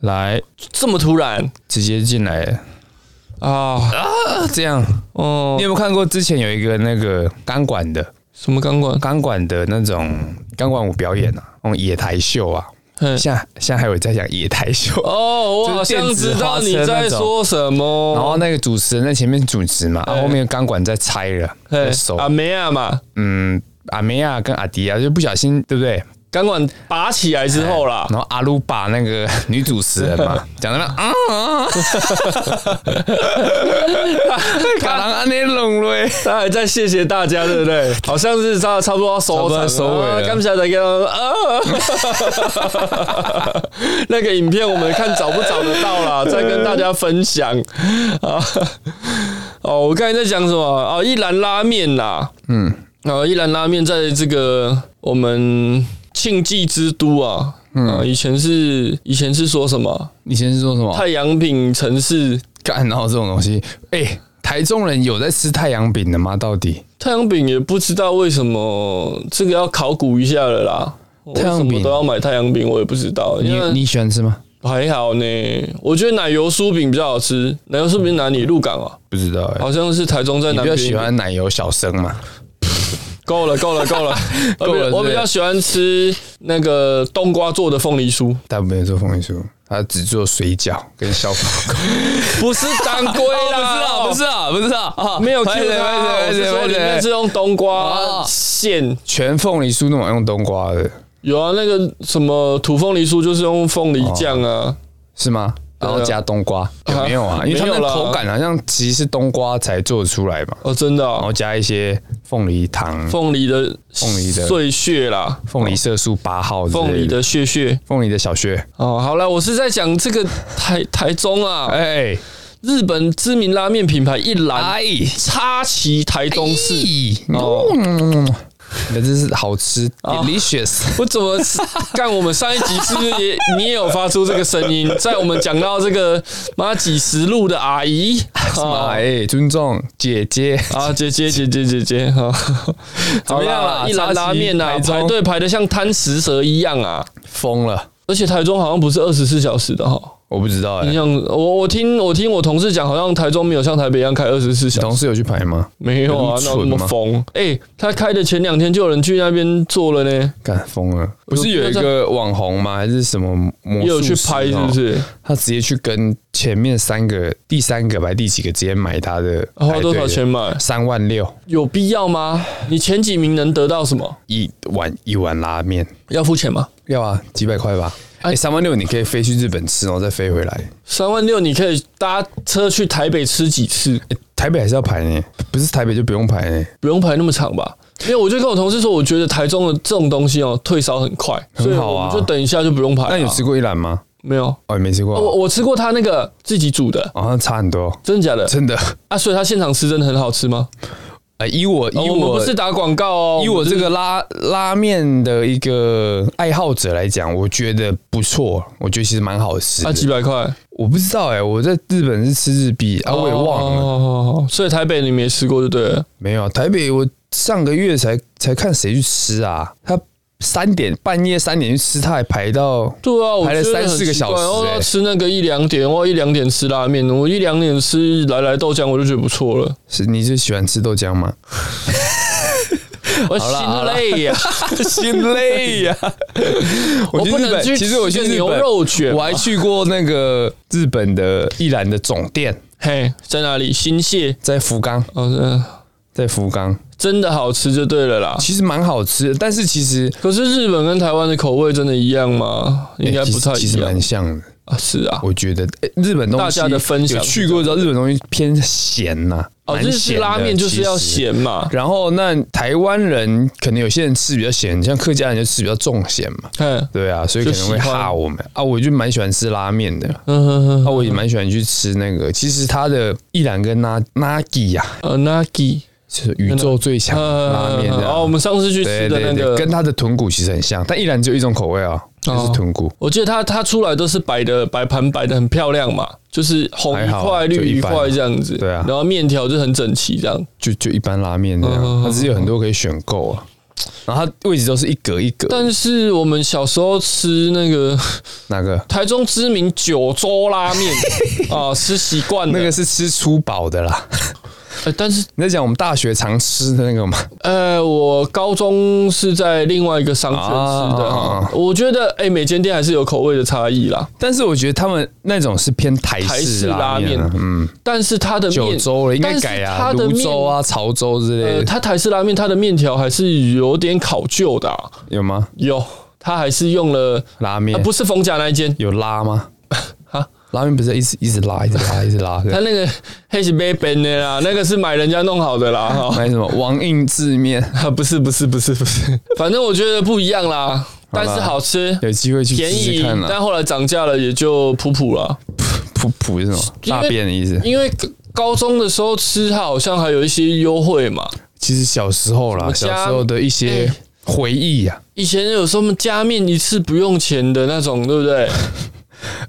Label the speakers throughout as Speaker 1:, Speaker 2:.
Speaker 1: 来，
Speaker 2: 这么突然
Speaker 1: 直接进来了
Speaker 2: 啊？
Speaker 1: 啊！这样，
Speaker 2: 哦
Speaker 1: 你，有没有看过之前有一个那个钢管的
Speaker 2: 什么钢管？
Speaker 1: 钢管的那种钢管舞表演啊，那种野台秀啊？
Speaker 2: 嗯
Speaker 1: 现在现在还有在讲野台秀，
Speaker 2: 哦，我好像知道你在说什么。
Speaker 1: 然后那个主持人在前面主持嘛，
Speaker 2: 对
Speaker 1: 然后后面钢管在拆了，在手
Speaker 2: 嘿，阿啊梅亚嘛，
Speaker 1: 嗯，阿梅亚跟阿迪亚就不小心，对不对？
Speaker 2: 钢管拔起来之后啦，
Speaker 1: 然后阿鲁巴那个 女主持人 嘛，讲的那啊，啊 卡郎安内龙嘞，
Speaker 2: 他还在谢谢大家，对不对？好像是差差不多要收场
Speaker 1: 差不多要收尾了
Speaker 2: 啊感谢大家啊！ 那个影片我们看找不找得 到啦，再跟大家分享啊。哦，我刚才在讲什么？哦，一兰拉面啦，嗯，哦，一兰拉面在这个我们庆记之都啊。嗯，以前是以前是说什么
Speaker 1: 你先是说什么？
Speaker 2: 太阳饼城市？
Speaker 1: 干，然后这种东西，哎，台中人有在吃太阳饼的吗？到底
Speaker 2: 太阳饼也不知道为什么，这个要考古一下了啦。
Speaker 1: 太阳饼
Speaker 2: 为什么都要买太阳饼，我也不知道。
Speaker 1: 你
Speaker 2: 因为
Speaker 1: 你喜欢吃吗？
Speaker 2: 还好呢，我觉得奶油酥饼比较好吃。奶油酥饼哪里？鹿港啊，
Speaker 1: 不知道哎，
Speaker 2: 好像是台中在
Speaker 1: 你
Speaker 2: 南
Speaker 1: 比
Speaker 2: 边。
Speaker 1: 较喜欢奶油小生嘛？
Speaker 2: 够了，够了，够了，
Speaker 1: 够了是
Speaker 2: 我比我
Speaker 1: 不是
Speaker 2: 比较喜欢吃那个冬瓜做的凤梨酥，
Speaker 1: 他没有做凤梨酥，他只做水饺跟小火 锅。
Speaker 2: 不是当归啦，
Speaker 1: 不是 啊，不是啊，不是啊，
Speaker 2: 没有 Q
Speaker 1: 拍的，啊
Speaker 2: 它，
Speaker 1: 拍
Speaker 2: 我
Speaker 1: 的，
Speaker 2: 是说
Speaker 1: 拍
Speaker 2: 里面是
Speaker 1: 的。
Speaker 2: 用冬瓜
Speaker 1: 哦
Speaker 2: 馅
Speaker 1: 全凤梨酥那种用冬瓜的，
Speaker 2: 有啊，那个什么土凤梨酥就是用凤梨酱啊，
Speaker 1: 是吗？然后加冬瓜，有啊没有啊？
Speaker 2: 啊
Speaker 1: 因为它们
Speaker 2: 没有
Speaker 1: 的
Speaker 2: 啦
Speaker 1: 口感好像其实是冬瓜才做得出来嘛，
Speaker 2: 哦，真的、
Speaker 1: 然
Speaker 2: 哦
Speaker 1: 后，加一些凤梨糖、
Speaker 2: 凤梨的
Speaker 1: 凤梨的
Speaker 2: 碎屑啦，
Speaker 1: 凤梨色素八号之类
Speaker 2: 凤梨的屑屑。
Speaker 1: 凤梨的小薛，
Speaker 2: 哦，好了，我是在 讲这个台台中啊，
Speaker 1: 哎
Speaker 2: 日本知名拉面品牌一兰
Speaker 1: 哎，
Speaker 2: 插旗台中市。
Speaker 1: 哦，你的真是好吃，delicious。
Speaker 2: 啊我怎么干？我们上一集是不是 也你也有发出这个声音？在我们讲到这个妈几十路的阿姨，啊
Speaker 1: 哎，尊重姐姐，
Speaker 2: 啊，姐姐姐姐 姐姐，哈，怎么样
Speaker 1: 好啦
Speaker 2: 啦？一兰拉面啊，
Speaker 1: 插旗台
Speaker 2: 排
Speaker 1: 中
Speaker 2: 队排的像贪食蛇一样啊！
Speaker 1: 疯了，
Speaker 2: 而且台中好像不是二十四小时的哈，
Speaker 1: 我不知道
Speaker 2: 你
Speaker 1: 哎。
Speaker 2: 想我我听我听我同事讲，好像台中没有像台北一样开二十四
Speaker 1: 你
Speaker 2: 小时，
Speaker 1: 同事有去排吗？
Speaker 2: 没有啊，
Speaker 1: 很
Speaker 2: 那
Speaker 1: 蠢
Speaker 2: 那么
Speaker 1: 吗
Speaker 2: 疯。哎、他开的前两天就有人去那边做了呢，
Speaker 1: 干疯了！不是有一个网红吗？还是什么魔哦
Speaker 2: 也有去拍，是不？是？
Speaker 1: 他直接去跟前面三个、第三个吧，第几个直接买他的，
Speaker 2: 花哦多少钱？买？
Speaker 1: 三万六
Speaker 2: 有必要吗？你前几名能得到什么？
Speaker 1: 一碗一碗拉面，
Speaker 2: 要付钱吗？
Speaker 1: 要啊，几百块吧。
Speaker 2: 啊
Speaker 1: 哎，三万六你可以飞去日本吃，然后再飞回来。
Speaker 2: 三万六，你可以搭车去台北吃几次？
Speaker 1: 哎台北还是要排呢，不是台北就不用排呢。
Speaker 2: 不用排那么长吧？因为我就跟我同事说，我觉得台中的这种东西哦、退烧很快，所以
Speaker 1: 很好
Speaker 2: 我
Speaker 1: 啊
Speaker 2: 们就等一下就不用排了。啊
Speaker 1: 那你有吃过一兰吗？
Speaker 2: 没有？
Speaker 1: 哦，你没吃过
Speaker 2: 我
Speaker 1: 啊，
Speaker 2: 我吃过他那个自己煮的，
Speaker 1: 好像差很多，
Speaker 2: 真的假的？
Speaker 1: 真的。
Speaker 2: 啊，所以他现场吃真的很好吃吗？
Speaker 1: 哎，以我
Speaker 2: 哦
Speaker 1: 以
Speaker 2: 我们不
Speaker 1: 我
Speaker 2: 是打广告哦，
Speaker 1: 以我这个拉拉面的一个爱好者来讲，我觉得不错，我觉得其实蛮好吃的
Speaker 2: 啊几百块，
Speaker 1: 我不知道哎、我在日本是吃日币啊，我也忘
Speaker 2: 哦
Speaker 1: 了。
Speaker 2: 了。所以台北你们也吃过就对了。
Speaker 1: 没有啊，台北我上个月才才看谁去吃啊，他三点半夜三点去吃，他还排到
Speaker 2: 对啊，我
Speaker 1: 排了
Speaker 2: 觉得很
Speaker 1: 三四个
Speaker 2: 奇怪
Speaker 1: 小时
Speaker 2: 哦
Speaker 1: 欸
Speaker 2: 吃那个一两点，我一两点吃拉面，我一两点吃来来豆浆，我就觉得不错了。
Speaker 1: 是你是喜欢吃豆浆吗？
Speaker 2: 我
Speaker 1: 好啦好
Speaker 2: 心
Speaker 1: 啦
Speaker 2: 累呀，
Speaker 1: 心累呀、 我
Speaker 2: 我
Speaker 1: 去
Speaker 2: 不
Speaker 1: 日
Speaker 2: 能
Speaker 1: 本，
Speaker 2: 去
Speaker 1: 其实我去
Speaker 2: 吃个
Speaker 1: 日
Speaker 2: 牛
Speaker 1: 本，
Speaker 2: 肉卷
Speaker 1: 我还去过那个日本的一兰的总店，
Speaker 2: 嘿，在哪里？新泻
Speaker 1: 在福冈，
Speaker 2: 哦，嗯，
Speaker 1: 在福冈，
Speaker 2: 真的好吃就对了啦。
Speaker 1: 其实蛮好吃的，但是其实
Speaker 2: 可是日本跟台湾的口味真的一样吗？应该
Speaker 1: 欸其
Speaker 2: 不
Speaker 1: 实
Speaker 2: 太
Speaker 1: 其
Speaker 2: 一
Speaker 1: 实
Speaker 2: 样
Speaker 1: 蛮像的。
Speaker 2: 啊。是啊，
Speaker 1: 我觉得、欸日本东西
Speaker 2: 大家的分享
Speaker 1: 有去过之后，日本东西偏咸呐、
Speaker 2: 哦，
Speaker 1: 蛮
Speaker 2: 日
Speaker 1: 咸
Speaker 2: 式
Speaker 1: 的
Speaker 2: 拉面就是要。
Speaker 1: 其实
Speaker 2: 咸嘛，
Speaker 1: 然后那台湾人可能有些人吃比较咸，像客家人就吃比较重咸嘛，
Speaker 2: 嗯
Speaker 1: 对啊，所以可能会
Speaker 2: 就喜欢
Speaker 1: 哈我们啊，我就蛮喜欢吃拉面的，
Speaker 2: 嗯
Speaker 1: 啊，
Speaker 2: 嗯嗯，
Speaker 1: 我也蛮喜欢去吃那个。其实它的一兰跟那那吉呀，
Speaker 2: 呃，nagi，
Speaker 1: 就是宇宙最强的拉面这样
Speaker 2: 哦，我们上次去
Speaker 1: 对
Speaker 2: 吃的
Speaker 1: 对
Speaker 2: 那
Speaker 1: 对，跟
Speaker 2: 个，
Speaker 1: 它的豚骨其实很像，但一兰只有一种口味啊，就是
Speaker 2: 哦
Speaker 1: 豚骨。
Speaker 2: 我记得它它出来都是摆的摆盘摆的很漂亮嘛，就是红
Speaker 1: 还
Speaker 2: 一
Speaker 1: 好
Speaker 2: 块
Speaker 1: 就
Speaker 2: 绿
Speaker 1: 一
Speaker 2: 一
Speaker 1: 般
Speaker 2: 块这样子，
Speaker 1: 对啊
Speaker 2: 然后面条就很整齐这样。
Speaker 1: 就就一般拉面这样，
Speaker 2: 嗯
Speaker 1: 它只是有很多可以选购啊。然后它位置都是一格一格。
Speaker 2: 但是我们小时候吃那个
Speaker 1: 哪个？
Speaker 2: 台中知名九州拉 面啊，吃习惯了。
Speaker 1: 那个是吃粗饱的啦。
Speaker 2: 呃但是
Speaker 1: 你在讲我们大学常吃的那个吗？
Speaker 2: 呃，我高中是在另外一个商圈吃的，
Speaker 1: 啊
Speaker 2: 我觉得哎、每间店还是有口味的差异啦。
Speaker 1: 但是我觉得他们那种是偏台
Speaker 2: 台式
Speaker 1: 式
Speaker 2: 拉
Speaker 1: 拉面啊，
Speaker 2: 面
Speaker 1: 嗯，
Speaker 2: 但是它的
Speaker 1: 九
Speaker 2: 面
Speaker 1: 州了应该改啊，
Speaker 2: 但是它的
Speaker 1: 泸
Speaker 2: 面
Speaker 1: 州啊、潮州之类
Speaker 2: 呃，
Speaker 1: 的，
Speaker 2: 它台式拉面它的面条还是有点考究的、啊，
Speaker 1: 有吗？
Speaker 2: 有，它还是用了。
Speaker 1: 拉
Speaker 2: 啊
Speaker 1: 面
Speaker 2: 不是冯甲那一间，
Speaker 1: 有拉吗？
Speaker 2: 啊，
Speaker 1: 拉面不是一直一直拉、一直拉、一直拉，对
Speaker 2: 他那个黑是被本的啦，啊那个是买人家弄好的 啦，哈、
Speaker 1: 买什么王印字 面？
Speaker 2: 啊，不是不是不是不是，反正我觉得不一样啦，但是好吃，
Speaker 1: 有机会去
Speaker 2: 便
Speaker 1: 试
Speaker 2: 宜
Speaker 1: 试看，啦。
Speaker 2: 但后来涨价了也就普普了，
Speaker 1: 普普是什么？
Speaker 2: 因
Speaker 1: 大
Speaker 2: 为
Speaker 1: 便的意思。
Speaker 2: 因为高中的时候吃它好像还有一些优惠嘛，
Speaker 1: 其实小时候啦，小
Speaker 2: 什么家
Speaker 1: 时候的一些
Speaker 2: 哎
Speaker 1: 回忆啊呀、
Speaker 2: 以前有时候我们加面一次不用钱的那种，对不对？
Speaker 1: 啊，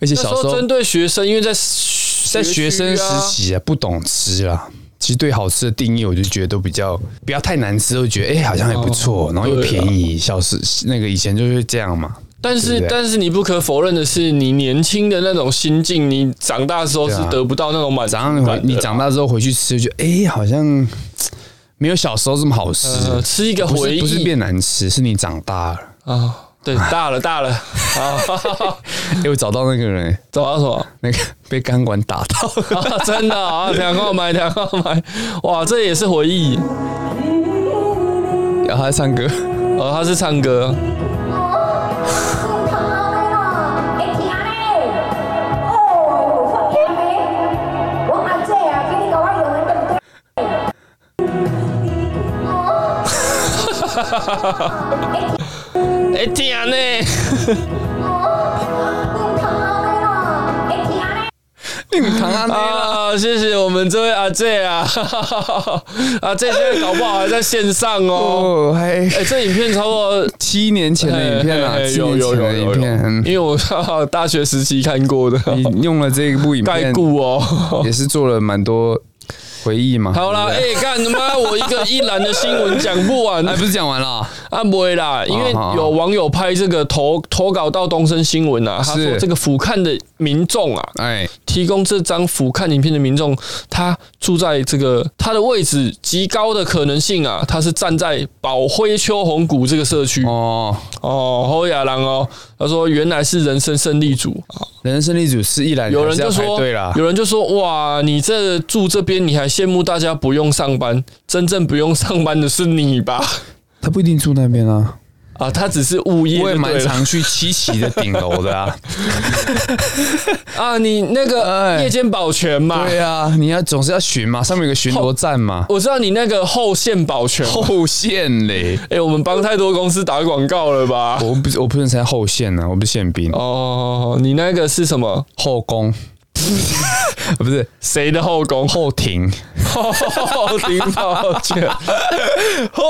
Speaker 1: 而且
Speaker 2: 那时
Speaker 1: 小时
Speaker 2: 候
Speaker 1: 候
Speaker 2: 针对学生，因为在
Speaker 1: 在
Speaker 2: 在
Speaker 1: 学生时期啊，不懂吃啦。其实对好吃的定义，我就觉得都比较不要太难吃，就觉得哎、好像还不错，然后又
Speaker 2: 对
Speaker 1: 便
Speaker 2: 啊
Speaker 1: 宜。小时那个以前就是这样嘛，
Speaker 2: 但
Speaker 1: 对
Speaker 2: 是
Speaker 1: 不对
Speaker 2: 但是你不可否认的是，你年轻的那种心境，你长大之后是
Speaker 1: 对啊
Speaker 2: 得不到那种满足
Speaker 1: 早
Speaker 2: 感
Speaker 1: 上
Speaker 2: 的
Speaker 1: 回你长大之后回去吃，就觉得哎、好像没有小时候这么好吃。
Speaker 2: 呃吃一个
Speaker 1: 不
Speaker 2: 回
Speaker 1: 是
Speaker 2: 忆
Speaker 1: 不是变难吃，是你长大了。
Speaker 2: 啊，对，大了大了啊，
Speaker 1: 哎、我找到那个人、哎
Speaker 2: 找到什么？
Speaker 1: 那个被钢管打到。
Speaker 2: 啊、真的啊，两块买，两块买，哇，这也是回忆。
Speaker 1: 然后他在唱 歌，
Speaker 2: 哦，他是唱歌，哎、天
Speaker 1: 啊
Speaker 2: 呢，
Speaker 1: 你扛阿内啦，
Speaker 2: 啊，谢谢我们这位阿 J 啊， 阿 J 现在搞不好还在线上哦。
Speaker 1: 哦，还
Speaker 2: 哎、这影片超过
Speaker 1: 七年前的影片啊，
Speaker 2: 嘿嘿嘿
Speaker 1: 七
Speaker 2: 有
Speaker 1: 年
Speaker 2: 有
Speaker 1: 前
Speaker 2: 有
Speaker 1: 的影
Speaker 2: 有有，
Speaker 1: 片
Speaker 2: 因，为我大学时期看过的。
Speaker 1: 嗯你用了这一部影
Speaker 2: 盖
Speaker 1: 片，
Speaker 2: 故哦，
Speaker 1: 也是做了蛮多回忆嘛。
Speaker 2: 好啦，
Speaker 1: 对啊
Speaker 2: 哎，干他妈，我一个一栏的新闻讲 不完，
Speaker 1: 不对，哎，不是讲完了啊，
Speaker 2: 啊，不会啦，因为
Speaker 1: 好好
Speaker 2: 有网友拍这个投投稿到东森新闻啊，他说
Speaker 1: 是
Speaker 2: 这个俯瞰的民众啊，
Speaker 1: 哎，
Speaker 2: 提供这张俯瞰影片的民众，他住在这个他的位置极高的可能性啊，他是站在宝辉秋红谷这个社区
Speaker 1: 哦，
Speaker 2: 哦，侯亚郎哦，他说原来是人生胜利组，
Speaker 1: 人生胜利组是一来
Speaker 2: 有人就说
Speaker 1: 对啦，
Speaker 2: 有人就说哇，你这住这边你还羡慕大家不用上班，真正不用上班的是你吧？
Speaker 1: 他不一定住那边啊，
Speaker 2: 啊，他只是物业
Speaker 1: 我也
Speaker 2: 就
Speaker 1: 蛮
Speaker 2: 对了
Speaker 1: 常去七期的顶楼的 啊。
Speaker 2: 啊，你那个
Speaker 1: 哎
Speaker 2: 夜间保全嘛，
Speaker 1: 对啊，你要总是要巡嘛，上面有个巡逻站嘛，
Speaker 2: 我知道你那个后线保全嘛。
Speaker 1: 后线嘞。
Speaker 2: 哎、我们帮太多公司打广告了吧？
Speaker 1: 我不是我不能在后线呢、啊，我不是宪兵，
Speaker 2: 哦，你那个是什么？
Speaker 1: 后宫 不是
Speaker 2: 谁的后 宫？
Speaker 1: 后庭，
Speaker 2: 后庭保全。
Speaker 1: 后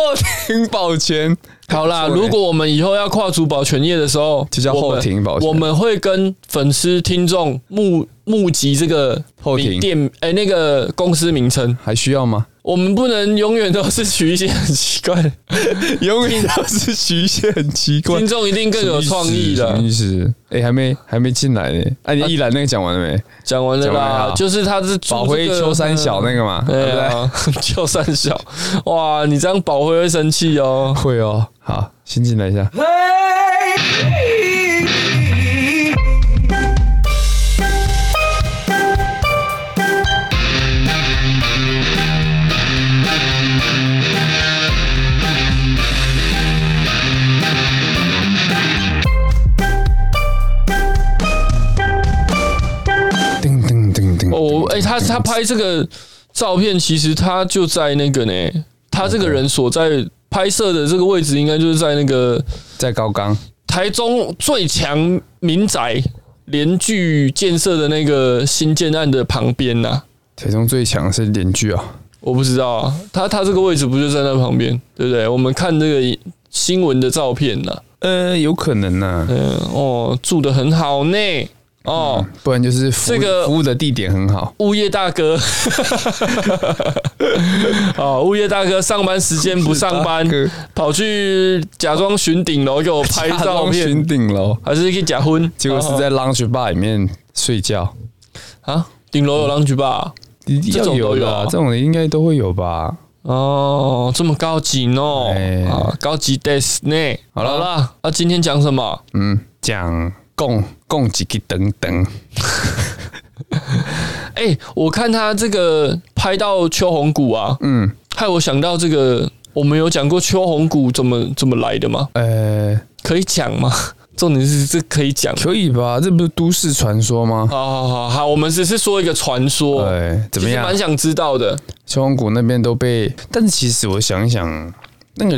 Speaker 1: 庭保全
Speaker 2: 好啦，
Speaker 1: 不错欸
Speaker 2: 如果我们以后要跨足保全业的时候，
Speaker 1: 就叫后庭保全
Speaker 2: 我们我们会跟粉丝听众募募集这个
Speaker 1: 后庭
Speaker 2: 店，哎、那个公司名称。
Speaker 1: 还需要吗？
Speaker 2: 我们不能永远都是取一些很奇 怪的，
Speaker 1: 永远都是局限，很奇怪
Speaker 2: 听众一定更有创意
Speaker 1: 什
Speaker 2: 的
Speaker 1: 么。意思？哎、还没还没进来呢。哎、啊，你一兰那个讲完了没？
Speaker 2: 讲完了
Speaker 1: 讲完
Speaker 2: 啦
Speaker 1: 了，
Speaker 2: 就是他是
Speaker 1: 宝辉秋山小那
Speaker 2: 个。
Speaker 1: 个嘛，对
Speaker 2: 嗯对
Speaker 1: 不对？
Speaker 2: 啊， 秋山小，哇！你这样宝辉会生气哦。
Speaker 1: 会哦，好，先进来一下。叮叮叮叮
Speaker 2: 哦，哎、他他拍这个照片，其实他就在那个呢，他这个人所在拍摄的这个位置，应该就是在那个
Speaker 1: 在高岗
Speaker 2: 台中最强民宅联聚建设的那个新建案的旁边呐、
Speaker 1: 台中最强是邻居啊，
Speaker 2: 我不知道啊，他他这个位置不就在那旁边，对不对？我们看这个新闻的照片呐、啊
Speaker 1: 呃，有可能呢、
Speaker 2: 嗯，哦，住的很好呢。哦，
Speaker 1: 不然就是服务
Speaker 2: 这个
Speaker 1: 服务的地点很好。
Speaker 2: 物业大哥， 哦，物业大哥上班时间不上班
Speaker 1: 物业大哥，
Speaker 2: 跑去假装巡顶楼给我拍
Speaker 1: 假
Speaker 2: 照
Speaker 1: 装
Speaker 2: 片，哦
Speaker 1: 巡顶楼，
Speaker 2: 还是去假婚？
Speaker 1: 结果是在 lounge bar 里面睡觉，
Speaker 2: 啊，顶楼有浪菊吧？这
Speaker 1: 要
Speaker 2: 种
Speaker 1: 有
Speaker 2: 都有
Speaker 1: 的
Speaker 2: 啊
Speaker 1: 啊，这种的应该都会有吧？
Speaker 2: 哦，这么高级哦，
Speaker 1: 哎
Speaker 2: 啊，高级 des 呢？好
Speaker 1: 好了
Speaker 2: 了啦，那今天讲什么？
Speaker 1: 嗯，讲供供几个等等，
Speaker 2: 哎、我看他这个拍到秋红谷啊，
Speaker 1: 嗯，
Speaker 2: 害我想到这个，我们有讲过秋红谷怎么怎么来的吗？
Speaker 1: 呃，
Speaker 2: 可以讲吗？ 重点是这可以讲。
Speaker 1: 可以吧？这不是都市传说吗？
Speaker 2: 好好好好，我们只是说一个传说，
Speaker 1: 对，哎怎么
Speaker 2: 哦其实
Speaker 1: 样？
Speaker 2: 蛮想知道的。
Speaker 1: 秋红谷那边都被，但是其实我想一想，那个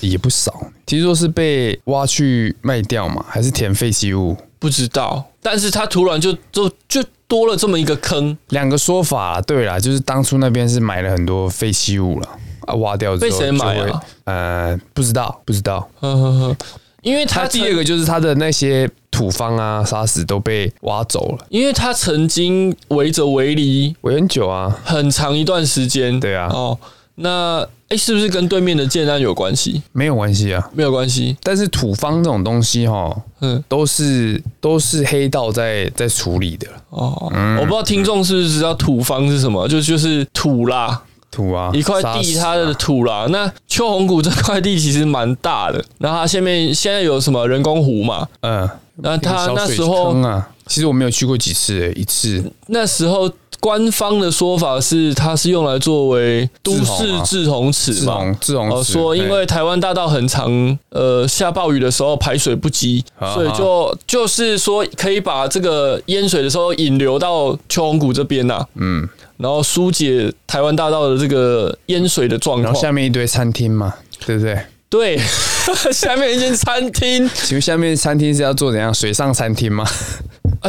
Speaker 1: 也不少。听说是被挖去卖掉嘛，还是填废弃物？
Speaker 2: 不知道，但是他突然就就就多了这么一个坑，
Speaker 1: 两个说法、对啦，就是当初那边是买了很多废弃物了啊，挖掉之后
Speaker 2: 被谁买啊
Speaker 1: 就会？呃，不知道，不知道。
Speaker 2: 呵呵呵，因为他
Speaker 1: 他第二
Speaker 2: 曾，
Speaker 1: 个就是他的那些土方啊、沙石都被挖走了，
Speaker 2: 因为他曾经围着围篱
Speaker 1: 围很久啊。
Speaker 2: 很长一段时间，
Speaker 1: 对啊
Speaker 2: 哦，那哎、诶是不是跟对面的建安有关系？
Speaker 1: 没有关系啊。
Speaker 2: 没有关系，
Speaker 1: 但是土方这种东西哈，
Speaker 2: 嗯，
Speaker 1: 都是都是黑道在在处理的
Speaker 2: 哦，我不知道听众是不是知道土方是什么，就就是土啦，
Speaker 1: 土啊，
Speaker 2: 一块
Speaker 1: 沙
Speaker 2: 地
Speaker 1: 石
Speaker 2: 它
Speaker 1: 啊
Speaker 2: 的土啦。那秋红谷这块地其实蛮大的，然后它下面现在有什么人工湖嘛？
Speaker 1: 嗯，
Speaker 2: 那他
Speaker 1: 小
Speaker 2: 那
Speaker 1: 水
Speaker 2: 时候
Speaker 1: 坑啊，其实我没有去过几次、欸，一次
Speaker 2: 那时候官方的说法是，它是用来作为都市制洪池
Speaker 1: 志
Speaker 2: 嘛
Speaker 1: 宏。志宏
Speaker 2: 哦，
Speaker 1: 池
Speaker 2: 说因
Speaker 1: 对
Speaker 2: 为台湾大道很长，呃，下暴雨的时候排水不及，
Speaker 1: 啊
Speaker 2: 所以就就是说可以把这个淹水的时候引流到秋红谷这边呐、
Speaker 1: 嗯，
Speaker 2: 然后疏解台湾大道的这个淹水的状
Speaker 1: 然后
Speaker 2: 况。
Speaker 1: 下面一堆餐厅嘛，对不对？
Speaker 2: 对， 下面一间餐厅，
Speaker 1: 请问下面餐厅是要做怎样？水上餐厅吗？
Speaker 2: 哎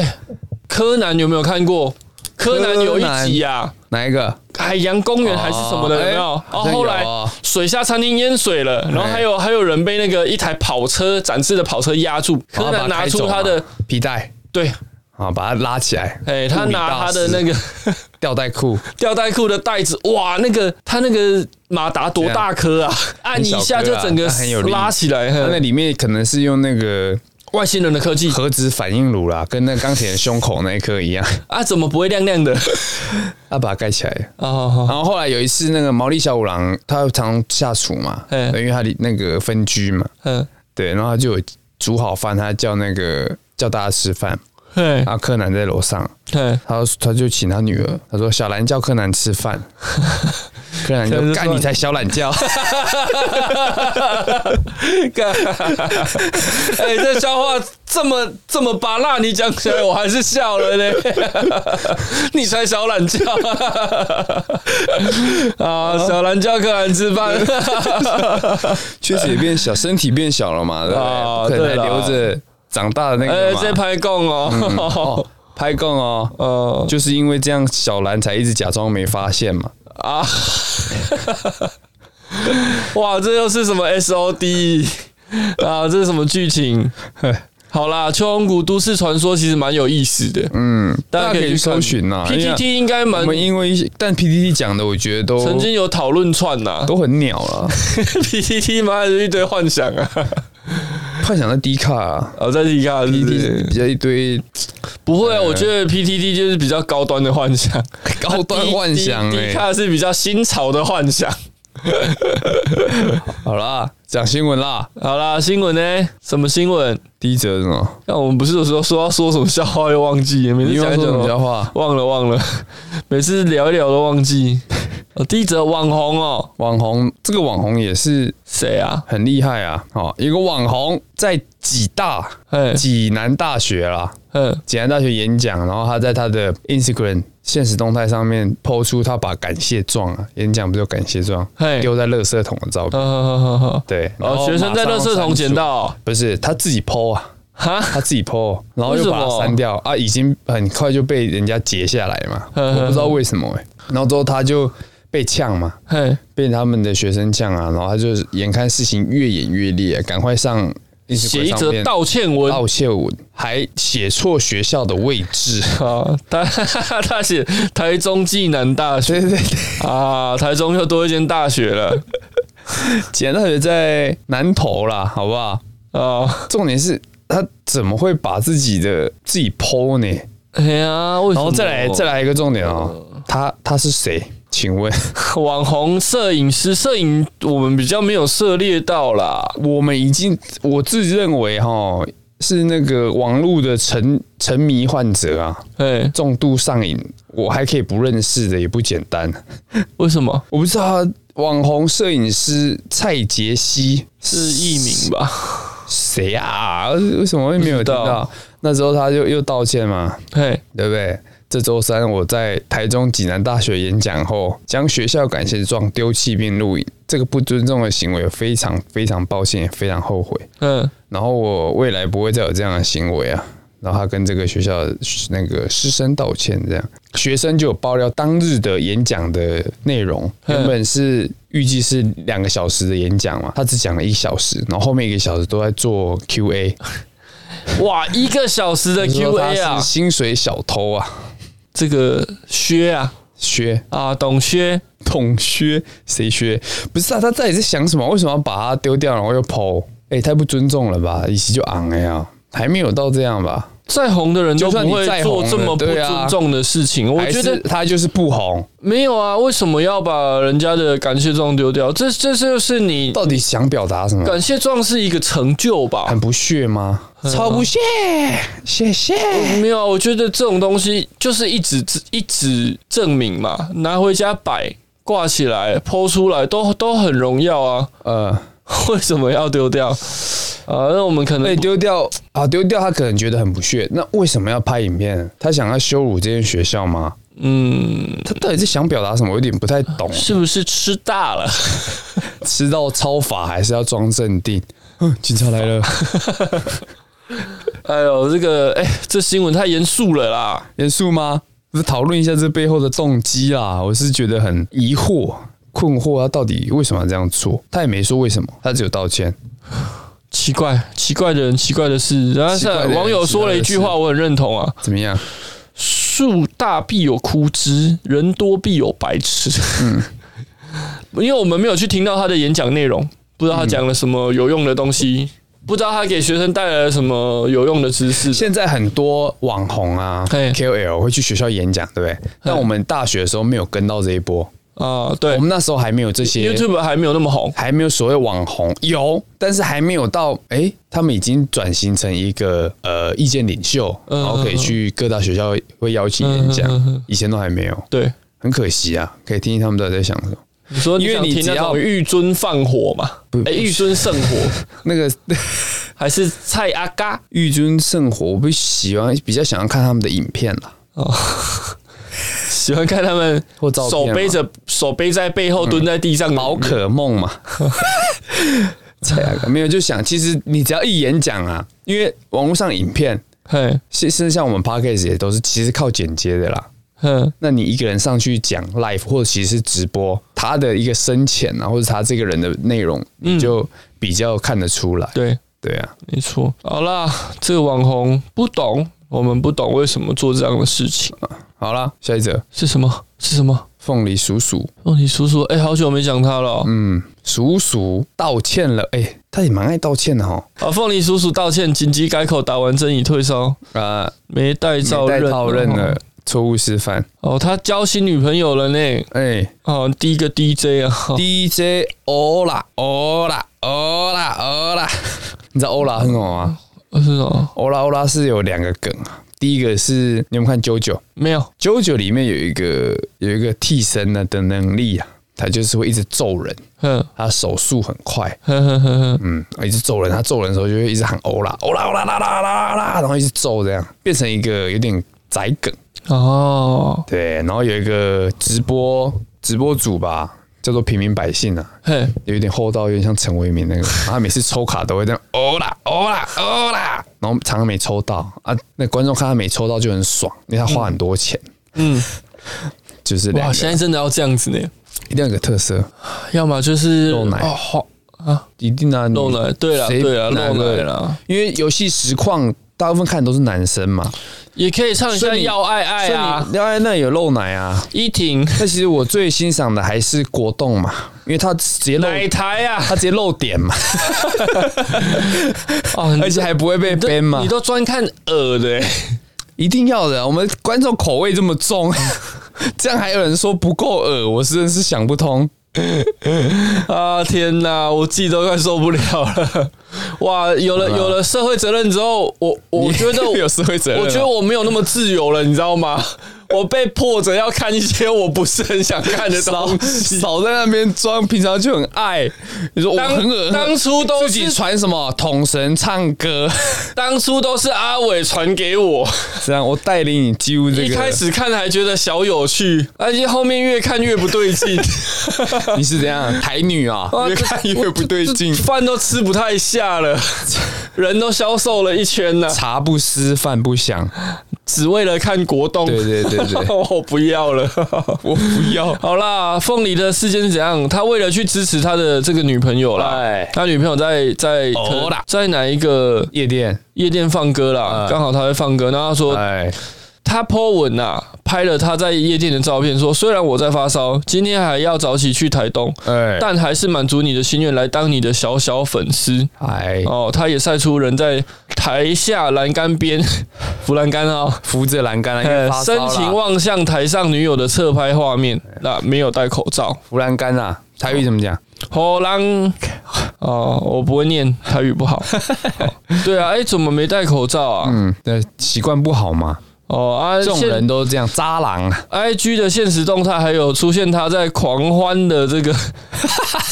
Speaker 2: 柯南有没有看过？柯南有一
Speaker 1: 柯南
Speaker 2: 集呀、
Speaker 1: 哪一个？
Speaker 2: 海洋公园还是什么的，有没有？
Speaker 1: 哦
Speaker 2: 哦，
Speaker 1: 哎好像
Speaker 2: 后来
Speaker 1: 有哦
Speaker 2: 水下餐厅淹水
Speaker 1: 哎
Speaker 2: 了，然后还有还有人被那个一台跑车展示的跑车压住，柯
Speaker 1: 然后哦把它
Speaker 2: 南拿
Speaker 1: 开
Speaker 2: 出
Speaker 1: 走
Speaker 2: 他
Speaker 1: 嘛
Speaker 2: 的
Speaker 1: 皮带
Speaker 2: 对，
Speaker 1: 啊，把它拉起来，
Speaker 2: 哎，他
Speaker 1: 物理
Speaker 2: 拿
Speaker 1: 大
Speaker 2: 他的
Speaker 1: 师
Speaker 2: 那个 嗯
Speaker 1: 吊带裤，
Speaker 2: 吊带裤的带子，哇，那个他那个马达多大颗啊，按一下就整个
Speaker 1: 很小颗啊但很有力
Speaker 2: 拉起来，
Speaker 1: 它那
Speaker 2: 哼
Speaker 1: 里面可能是用那个
Speaker 2: 外星人的科技
Speaker 1: 核子反应炉啦，跟那钢铁人胸口那一颗一样，
Speaker 2: 啊，怎么不会亮亮的？
Speaker 1: 要把它盖起来。
Speaker 2: 啊，好好
Speaker 1: 然后后来有一次，那个毛利小五郎他常下厨嘛，
Speaker 2: 嗯
Speaker 1: 因为他的那个分居嘛，
Speaker 2: 嗯，
Speaker 1: 对，然后他就有煮好饭，他叫那个叫大家吃饭，
Speaker 2: 嘿，
Speaker 1: 然后柯南在楼上，
Speaker 2: 嘿，
Speaker 1: 他他就请他女儿，他说小兰叫柯南吃饭， 柯南
Speaker 2: 柯
Speaker 1: 就
Speaker 2: 南就
Speaker 1: 干
Speaker 2: 说
Speaker 1: 你才小懒觉，
Speaker 2: 干 哎，这笑话这么这么拔辣，你讲起来我还是笑了呢。 你才小懒觉啊！小懒觉柯南吃饭
Speaker 1: 确实也变小，身体变小了嘛，对
Speaker 2: 啊
Speaker 1: 不对？不可
Speaker 2: 对
Speaker 1: 能还
Speaker 2: 啦
Speaker 1: 留着长大的那
Speaker 2: 哎
Speaker 1: 个，嘛
Speaker 2: 这拍供
Speaker 1: 嗯
Speaker 2: 哦
Speaker 1: 哦。拍供哦，
Speaker 2: 呃
Speaker 1: 就是因为这样，小兰才一直假装没发现嘛。
Speaker 2: 啊，哇，这又是什么 S O D 啊？这是什么剧情？好啦，秋红谷都市传说其实蛮有意思的，
Speaker 1: 嗯，
Speaker 2: 大家可以去
Speaker 1: 搜寻呐。因为
Speaker 2: PTT 应该蛮
Speaker 1: 我们因为一些但 PPT 讲的，我觉得都
Speaker 2: 曾经有讨论串呐、
Speaker 1: 都很鸟啊 了。
Speaker 2: PPT 妈的一堆幻想啊！
Speaker 1: 幻想在低卡啊
Speaker 2: 哦，在底下是不
Speaker 1: ，PPT
Speaker 2: 是
Speaker 1: 比较一堆
Speaker 2: 不会啊，我觉得 PTT 就是比较高端的幻想，啊
Speaker 1: 高端幻 想
Speaker 2: 底
Speaker 1: 哎。
Speaker 2: 下是比较新潮的幻想。
Speaker 1: 哎好啦，讲新闻啦，
Speaker 2: 好啦，新闻呢？什么新闻？
Speaker 1: 第一则是什么？
Speaker 2: 那我们不是有时候说要说什么笑话又忘记，每次
Speaker 1: 你
Speaker 2: 讲
Speaker 1: 要
Speaker 2: 一
Speaker 1: 说什
Speaker 2: 讲
Speaker 1: 么
Speaker 2: 都
Speaker 1: 笑话？
Speaker 2: 忘了忘了， 每次聊一聊都忘记。哦，第一则网红哦，
Speaker 1: 网红这个网红也是
Speaker 2: 谁啊？
Speaker 1: 很厉害啊！哦，一个网红在暨大
Speaker 2: 嗯
Speaker 1: 济南大学啦，
Speaker 2: 嗯，
Speaker 1: 济南大学演讲，然后他在他的 Instagram 现实动态上面抛出他把感谢状啊，演讲不是有感谢状啊
Speaker 2: 嘿
Speaker 1: 丢在垃圾桶的照片，
Speaker 2: 好好好好好。
Speaker 1: 对，然
Speaker 2: 哦，
Speaker 1: 后
Speaker 2: 学生在
Speaker 1: 马
Speaker 2: 垃
Speaker 1: 上
Speaker 2: 圾桶
Speaker 1: 删除
Speaker 2: 捡，到哦
Speaker 1: 不是他自己抛啊，
Speaker 2: 哈，
Speaker 1: 他自己抛，然后
Speaker 2: 为
Speaker 1: 又
Speaker 2: 什
Speaker 1: 把它
Speaker 2: 么
Speaker 1: 删掉啊，已经很快就被人家截下来嘛，
Speaker 2: 嗯
Speaker 1: 我不知道为什么、欸、然后之后他就被呛嘛，
Speaker 2: 嘿，
Speaker 1: 被他们的学生呛啊，然后他就眼看事情越演越烈，赶快上
Speaker 2: 写
Speaker 1: Instagram
Speaker 2: 一
Speaker 1: 上
Speaker 2: 则
Speaker 1: 面
Speaker 2: 道歉文
Speaker 1: 道歉文，还写错学校的位 置。
Speaker 2: 啊，他他写台中暨南大学
Speaker 1: 对对对，
Speaker 2: 啊，台中又多一间大学了
Speaker 1: 简大学在南投啦，好不好？
Speaker 2: 啊，
Speaker 1: 重点是他怎么会把自己的自己剖呢？
Speaker 2: 哎呀，为什么？呃
Speaker 1: 然后再来再来一个重点哦，他他是谁？请问
Speaker 2: 网红摄影师，摄影我们比较没有涉猎到啦。
Speaker 1: 我们已经我自认为哈是那个网络的沉沉迷患者啊，
Speaker 2: 哎，
Speaker 1: 重度上瘾，我还可以不认识的也不简单。
Speaker 2: 为什么
Speaker 1: 我不知道他网红摄影师蔡杰西
Speaker 2: 是艺名吧？
Speaker 1: 谁啊？为什么会没有
Speaker 2: 不
Speaker 1: 听
Speaker 2: 知道
Speaker 1: 到？那时候他就又道歉嘛，
Speaker 2: 嘿，
Speaker 1: 对不对？这周三我在台中济南大学演讲后，将学校感谢状丢弃并录影，这个不尊重的行为非常非常抱歉，也非常后悔。
Speaker 2: 嗯，
Speaker 1: 然后我未来不会再有这样的行为啊。然后他跟这个学校的那个师生道歉，这样学生就有爆料当日的演讲的内容，
Speaker 2: 嗯
Speaker 1: 原本是预计是两个小时的演讲嘛，他只讲了一小时，然后后面一个小时都在做 Q&A，
Speaker 2: 哇，一个小时的
Speaker 1: 说他
Speaker 2: Q&A 啊
Speaker 1: 是，薪水小偷啊，
Speaker 2: 这个薛啊
Speaker 1: 薛
Speaker 2: 啊，董薛，
Speaker 1: 捅薛谁薛？不是啊，他到底在想什么？为什么要把他丢掉，然后又剖？哎、太不尊重了吧！以前就昂了呀，还没有到这样吧？
Speaker 2: 再红的人都
Speaker 1: 就算
Speaker 2: 不
Speaker 1: 你
Speaker 2: 会
Speaker 1: 再
Speaker 2: 做
Speaker 1: 红
Speaker 2: 这
Speaker 1: 了
Speaker 2: 么不
Speaker 1: 对啊
Speaker 2: 尊重的事情。我
Speaker 1: 还
Speaker 2: 觉
Speaker 1: 是
Speaker 2: 得
Speaker 1: 他就是不红，
Speaker 2: 没有啊，为什么要把人家的感谢状丢掉？这这就是你
Speaker 1: 到底想表达什么？
Speaker 2: 感谢状是一个成就吧
Speaker 1: 很？不屑吗？超不屑，谢谢。
Speaker 2: 没有啊，我觉得这种东西就是一纸一纸证明嘛，拿回家摆挂起来、剖出来都都很荣耀啊，
Speaker 1: 呃，
Speaker 2: 为什么要丢掉？啊，那我们可
Speaker 1: 被
Speaker 2: 能
Speaker 1: 丢掉啊，丢掉他可能觉得很不屑。那为什么要拍影片？他想要羞辱这间学校吗？
Speaker 2: 嗯，
Speaker 1: 他到底是想表达什么？我有点不太懂。
Speaker 2: 哎是不是吃大了？
Speaker 1: 吃到超法还是要装镇定？哼，嗯警察来了，
Speaker 2: 哎呦，这个哎，这新闻太严肃了啦。
Speaker 1: 严肃吗？不是讨论一下这背后的动机啦。我是觉得很疑惑、困惑，他到底为什么要这样做？他也没说为什么，他只有道歉。
Speaker 2: 奇怪，奇怪的人，奇怪的事。然后
Speaker 1: 奇怪的
Speaker 2: 是
Speaker 1: 人
Speaker 2: 网友说了一句
Speaker 1: 奇怪
Speaker 2: 话，我很认同啊：
Speaker 1: 怎么样？
Speaker 2: 树大必有枯枝，人多必有白痴。
Speaker 1: 嗯
Speaker 2: 因为我们没有去听到他的演讲内容，不知道他讲了什么有用的东
Speaker 1: 嗯
Speaker 2: 西，不知道他给学生带来了什么有用的知识。
Speaker 1: 现在很多网红啊
Speaker 2: 嘿
Speaker 1: ，KOL 会去学校演讲，对不对？但我们大学的时候没有跟到这一波，
Speaker 2: 啊，对
Speaker 1: 我们那时候还没有这些，
Speaker 2: ，YouTube 还没有那么红。
Speaker 1: 还没有所谓网红，有，但是还没有到哎、诶他们已经转型成一个呃意见领袖，
Speaker 2: 嗯
Speaker 1: 然后可以去各大学校会邀请演讲，
Speaker 2: 嗯嗯嗯嗯
Speaker 1: 以前都还没有，
Speaker 2: 对，
Speaker 1: 很可惜啊。可以听听他们到底在想什么。
Speaker 2: 你说你
Speaker 1: 因为
Speaker 2: 想
Speaker 1: 你
Speaker 2: 听
Speaker 1: 只
Speaker 2: 那
Speaker 1: 要
Speaker 2: 种玉尊放火嘛？哎，玉尊圣火
Speaker 1: 那个
Speaker 2: 还是蔡阿嘎？
Speaker 1: 玉军圣火，我不喜欢，比较想要看他们的影片啦。
Speaker 2: 哦， 喜欢看他们
Speaker 1: 或照片
Speaker 2: 手
Speaker 1: 嘛
Speaker 2: 背着手背在背后蹲在地上
Speaker 1: 宝可梦嘛，蔡雅哥没有就想，其实你只要一演讲啊，因为网络上影片，
Speaker 2: 嘿，
Speaker 1: 甚甚至像我们 podcast 也都是其实靠剪接的啦。
Speaker 2: 嗯，
Speaker 1: 那你一个人上去讲 live 或者其实是直播，他的一个深浅啊，或者他这个人的内容，你就比较看得出来。
Speaker 2: 对，
Speaker 1: 对啊，
Speaker 2: 没错。好啦，这个网红不懂，我们不懂为什么做这样的事情，
Speaker 1: 好啦，下一则，
Speaker 2: 是什么？是什么？
Speaker 1: 凤梨鼠鼠，
Speaker 2: 哦，你叔叔，哎、好久没讲他了哦、
Speaker 1: 嗯，鼠鼠道歉了，哎、他也蛮爱道歉的哈。
Speaker 2: 啊，凤梨叔叔道歉，紧急改口，打完针已退烧，
Speaker 1: 呃，
Speaker 2: 没带照
Speaker 1: 戴
Speaker 2: 认，
Speaker 1: 套认了。错误示范，
Speaker 2: 哦，他交新女朋友了呢。
Speaker 1: 哎、
Speaker 2: 哦，第一个 DJ 啊，
Speaker 1: DJ 欧啦欧啦欧啦欧啦， 你知道欧啦很好吗？
Speaker 2: 哦是哦，
Speaker 1: 欧啦欧啦是有两个梗啊，第一个是你们看 JoJo，JoJo
Speaker 2: 没有，
Speaker 1: 里面有一个有一个替身呢的能力啊，他就是会一直揍人，
Speaker 2: 哼
Speaker 1: 他手速很快，
Speaker 2: 哼哼哼哼，
Speaker 1: 嗯，一直揍人，他揍人的时候就会一直喊欧啦欧啦欧啦啦啦啦啦，然后一直揍这样，变成一个有点宅梗。
Speaker 2: 哦，
Speaker 1: 对，然后有一个直播直播主吧，叫做平民百姓啊，
Speaker 2: 嘿，
Speaker 1: 有点厚道，有点像陈为民那个，然后他每次抽卡都会这样哦啦哦啦哦啦，然后常常没抽到啊，那观众看他没抽到就很爽，因为他花很多钱，
Speaker 2: 嗯，
Speaker 1: 就是两
Speaker 2: 哇，
Speaker 1: 个
Speaker 2: 现在真的要这样子呢。
Speaker 1: 一定要有个特色，
Speaker 2: 要么就是
Speaker 1: 肉奶
Speaker 2: 哦，花啊，
Speaker 1: 一定啊，你
Speaker 2: 弄了，对了，
Speaker 1: 谁
Speaker 2: 对了，
Speaker 1: 哪
Speaker 2: 弄
Speaker 1: 个
Speaker 2: 了啦，
Speaker 1: 因为游戏实况大部分看的都是男生嘛，
Speaker 2: 也可以唱一下
Speaker 1: 所以你
Speaker 2: 要爱爱啊，
Speaker 1: 所以你，哎，那有露奶啊。
Speaker 2: 依婷
Speaker 1: 那其实我最欣赏的还是国栋嘛，因为他直接露，
Speaker 2: 奶台啊，
Speaker 1: 他直接露点嘛，
Speaker 2: 哦，
Speaker 1: 而且还不会被 ban 嘛
Speaker 2: 你，都专看耳 的、欸，
Speaker 1: 一定要的。我们观众口味这么重， 这样还有人说不够恶，我真的是想不通。
Speaker 2: 啊天哪，我自己都快受不了 了！哇，有了有了社会责任之后，我我觉得
Speaker 1: 你 有社会责任吗，
Speaker 2: 我觉得我没有那么自由了，你知道 吗？我被迫着要看一些我不是很想看的
Speaker 1: 少
Speaker 2: 东西。
Speaker 1: 少在那边装，平常就很爱。你说我
Speaker 2: 当
Speaker 1: 很恶，
Speaker 2: 当初都
Speaker 1: 自己
Speaker 2: 是
Speaker 1: 传什么统神唱歌，
Speaker 2: 当初都是阿伟传给我，
Speaker 1: 这样我带领你进入这个。
Speaker 2: 一开始看还觉得小有趣，而且后面越看越不对 劲，
Speaker 1: 你是怎样台女 啊？
Speaker 2: 啊
Speaker 1: 越看越不对 劲，
Speaker 2: 饭都吃不太下 了，人都消瘦了一圈呢、
Speaker 1: 茶不思饭不想。
Speaker 2: 只为了看国栋。
Speaker 1: 对 对对对，
Speaker 2: 我不要了，
Speaker 1: 我不要。
Speaker 2: 好啦，凤梨的事件是怎样？他为了去支持他的这个女朋友啦，
Speaker 1: 哎，
Speaker 2: 他女朋友在在
Speaker 1: 哦
Speaker 2: 可能
Speaker 1: 啦
Speaker 2: 在哪一个
Speaker 1: 夜店，
Speaker 2: 夜店放歌啦？
Speaker 1: 嗯
Speaker 2: 刚好他会放歌，然后他说
Speaker 1: 哎，
Speaker 2: 他 po 文呐，拍了他在夜店的照片，说虽然我在发烧，今天还要早起去台东，
Speaker 1: 哎，
Speaker 2: 但还是满足你的心愿，来当你的小小粉丝。
Speaker 1: 哎，
Speaker 2: 哦，他也晒出人在台下栏杆边 扶栏杆啊、
Speaker 1: 扶着栏杆啊，因为
Speaker 2: 呃
Speaker 1: 发烧
Speaker 2: 深
Speaker 1: 啦哎
Speaker 2: 情望向台上女友的侧拍画面，那没有戴口罩。
Speaker 1: 扶栏杆啊，台语怎么讲？
Speaker 2: 好狼 哦，我不会念台语不好。好对啊，哎、怎么没戴口罩啊？
Speaker 1: 嗯，对，习惯不好嘛，
Speaker 2: 哦啊，
Speaker 1: 这种
Speaker 2: 现
Speaker 1: 人都这样，渣男啊，
Speaker 2: I G 的现实动态还有出现他在狂欢的 这个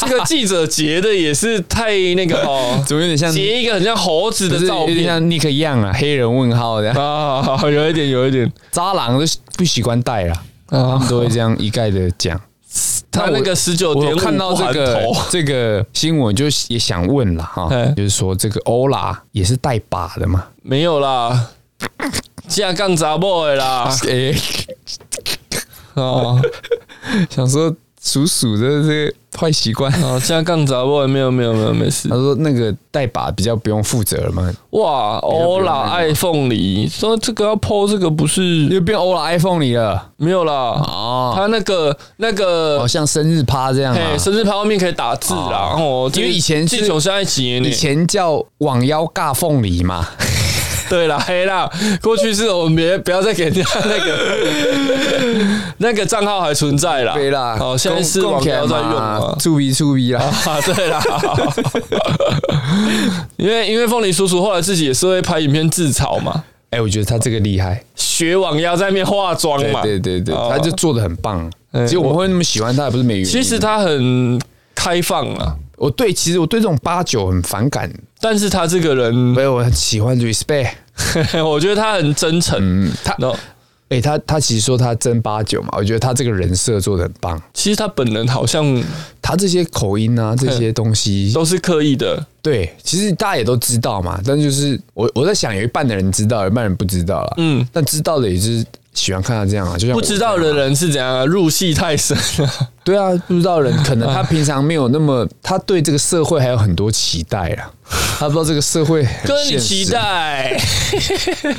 Speaker 2: 这个记者截的也是太那个 哦，
Speaker 1: 怎么有点像？
Speaker 2: 截一个很像猴子
Speaker 1: 不
Speaker 2: 的
Speaker 1: 是
Speaker 2: 照
Speaker 1: 有点
Speaker 2: 片
Speaker 1: 像 Nick 一样啊，黑人问号的
Speaker 2: 啊，好好有一点有一点
Speaker 1: 渣男都不习惯戴啦，他
Speaker 2: 啊
Speaker 1: 们，都会这样一概的讲。
Speaker 2: 他那个十九
Speaker 1: 我
Speaker 2: 点
Speaker 1: 有看到这个这个新闻，就也想问了哈
Speaker 2: 哎，
Speaker 1: 就是说这个欧拉也是带把的嘛？
Speaker 2: 没有啦，架杠砸爆的啦
Speaker 1: 哎，
Speaker 2: 哦。
Speaker 1: 想说鼠鼠的这个坏习惯。
Speaker 2: 哦，这样杠砸我没有没有没有没事
Speaker 1: 他。说那个带把比较不用负责了嘛，
Speaker 2: 哇，欧啦，爱凤梨说这个要剖这个不是
Speaker 1: 又变欧拉 iPhone 里了
Speaker 2: 没有啦，
Speaker 1: 哦，
Speaker 2: 他那个那
Speaker 1: 好
Speaker 2: 个。
Speaker 1: 像生日趴这样啊
Speaker 2: 嘿，。生日牌后面可以打字啦。哦，
Speaker 1: 因为以前是
Speaker 2: 这种现在几年呢
Speaker 1: 以？前叫网腰尬凤梨嘛，
Speaker 2: 对啦，黑啦，过去是我们别不要再给人家 那个那个账号还存在啦。
Speaker 1: 对啦，
Speaker 2: 哦，现在是
Speaker 1: 供
Speaker 2: 网
Speaker 1: 供起来
Speaker 2: 聊在用
Speaker 1: 嘛
Speaker 2: 嘛。
Speaker 1: 触鼻触鼻啦，
Speaker 2: 啊，对啦， 因为因为凤梨叔叔后来自己也是会拍影片自嘲嘛，
Speaker 1: 哎，我觉得他这个厉害，
Speaker 2: 学网妖在面化妆
Speaker 1: 对
Speaker 2: 嘛，
Speaker 1: 对对对，
Speaker 2: 哦
Speaker 1: 他就做的很棒。
Speaker 2: 哎
Speaker 1: 其实我们会那么喜欢他，也不是没原因。
Speaker 2: 其实他很开放啊，
Speaker 1: 我对其实我对这种八九很反感，
Speaker 2: 但是他这个人，
Speaker 1: 没有我很喜欢 respect。
Speaker 2: 我觉得他很真诚。
Speaker 1: 嗯，他
Speaker 2: 然后
Speaker 1: 哎、他他其实说他真八九嘛，我觉得他这个人设做的很棒，
Speaker 2: 其实他本人好像
Speaker 1: 他这些口音啊这些东西，
Speaker 2: 嗯都是刻意
Speaker 1: 嗯
Speaker 2: 的，
Speaker 1: 对，其实大家也都知道嘛，但就是我我在想，有一半的人知道，有一半人不知道了。
Speaker 2: 嗯，
Speaker 1: 但知道的也是喜欢看他这样啊，就像
Speaker 2: 不
Speaker 1: 我
Speaker 2: 知道的人是怎样啊，入戏太深了。
Speaker 1: 对啊，不知道的人可能他平常没有那 么，他对这个社会还有很多期待啊，他不知道这个社会很
Speaker 2: 哥，你
Speaker 1: 现实
Speaker 2: 期待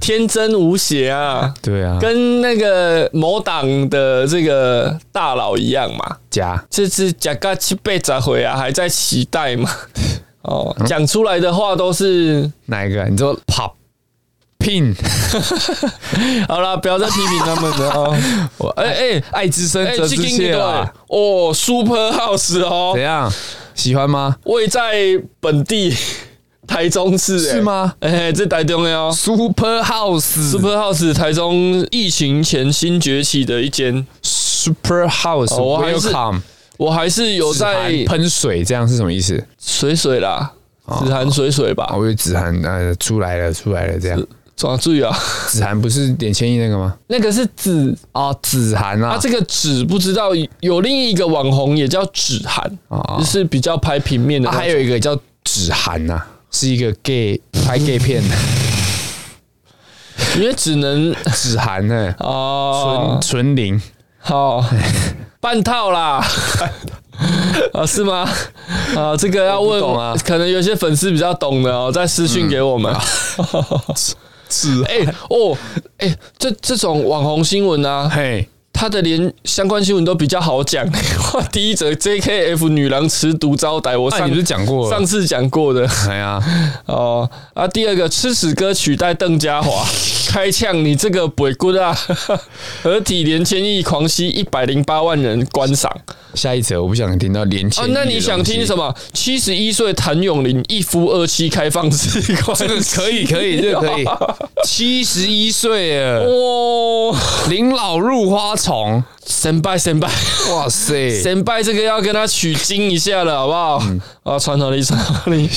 Speaker 2: 天真无邪啊，
Speaker 1: 对啊，
Speaker 2: 跟那个某党的这个大佬一样嘛，
Speaker 1: 假
Speaker 2: 这次假个七辈咋回啊，还在期待嘛？ 哦，讲出来的话都是
Speaker 1: 哪一个？你说 pop pin
Speaker 2: 好啦，不要再批 评他们 了哦。
Speaker 1: 我
Speaker 2: 哎
Speaker 1: 爱
Speaker 2: 哎
Speaker 1: 爱之深
Speaker 2: 哎，
Speaker 1: 责之切啦。
Speaker 2: 哦，Super House 哦
Speaker 1: 怎，样？喜欢吗？
Speaker 2: 位在本地台中市、哎
Speaker 1: 是？吗
Speaker 2: 哎，这台中的哦
Speaker 1: ？Super House
Speaker 2: ，Super House 台中疫情前新崛起的一间，
Speaker 1: Super House
Speaker 2: 哦我还是
Speaker 1: Welcome
Speaker 2: 我还是有在
Speaker 1: 在喷水，这样是什么意思？
Speaker 2: 水水啦，子涵水水吧
Speaker 1: 啊，，我以为子涵呃出来了，出来了，这样。
Speaker 2: 抓注意啊，
Speaker 1: 子涵不是脸千亿那个吗？
Speaker 2: 那个是子，
Speaker 1: 啊，子涵
Speaker 2: 啊，
Speaker 1: 啊，
Speaker 2: 这个子不知道有另一个网红也叫子涵，
Speaker 1: 啊
Speaker 2: 就是比较拍平面的
Speaker 1: 啊
Speaker 2: 那种，
Speaker 1: 还有一个叫子涵呐，是一个 gay 拍 gay 片的
Speaker 2: 因为只能
Speaker 1: 子涵呢
Speaker 2: ，哦
Speaker 1: 纯纯零
Speaker 2: 好，半套啦， 啊，是吗？啊，这个要问，
Speaker 1: 我不懂啊嗯
Speaker 2: 可能有些粉丝比较懂的哦，再私讯给我们。
Speaker 1: 啊是，
Speaker 2: 哎、哦，哎、这这种网红新闻啊，
Speaker 1: 嘿，
Speaker 2: 他的连相关新闻都比较好讲。 哇第一则 JKF 女郎持毒招待，我
Speaker 1: 那、
Speaker 2: 上、
Speaker 1: 啊你不是讲过了
Speaker 2: 上？次讲过的
Speaker 1: 哎呀，
Speaker 2: 哦。啊，第二个吃屎哥取代邓家华，开呛你这个鬼棍啊！ 合体连千亿狂吸一百零八万人观赏
Speaker 1: 下一则我不想听到连
Speaker 2: 啊
Speaker 1: 千、！
Speaker 2: 那你想听什
Speaker 1: 么？
Speaker 2: 么？七十一岁谭咏麟一夫二妻开放式关系，
Speaker 1: 这个可以，可以，这个 可以。七十一岁了，
Speaker 2: 哦，
Speaker 1: 林老入花丛，
Speaker 2: 神拜神拜。
Speaker 1: 哇塞！
Speaker 2: 神拜这个要跟他取经一下了，好不好？
Speaker 1: 嗯
Speaker 2: 啊，传统历史临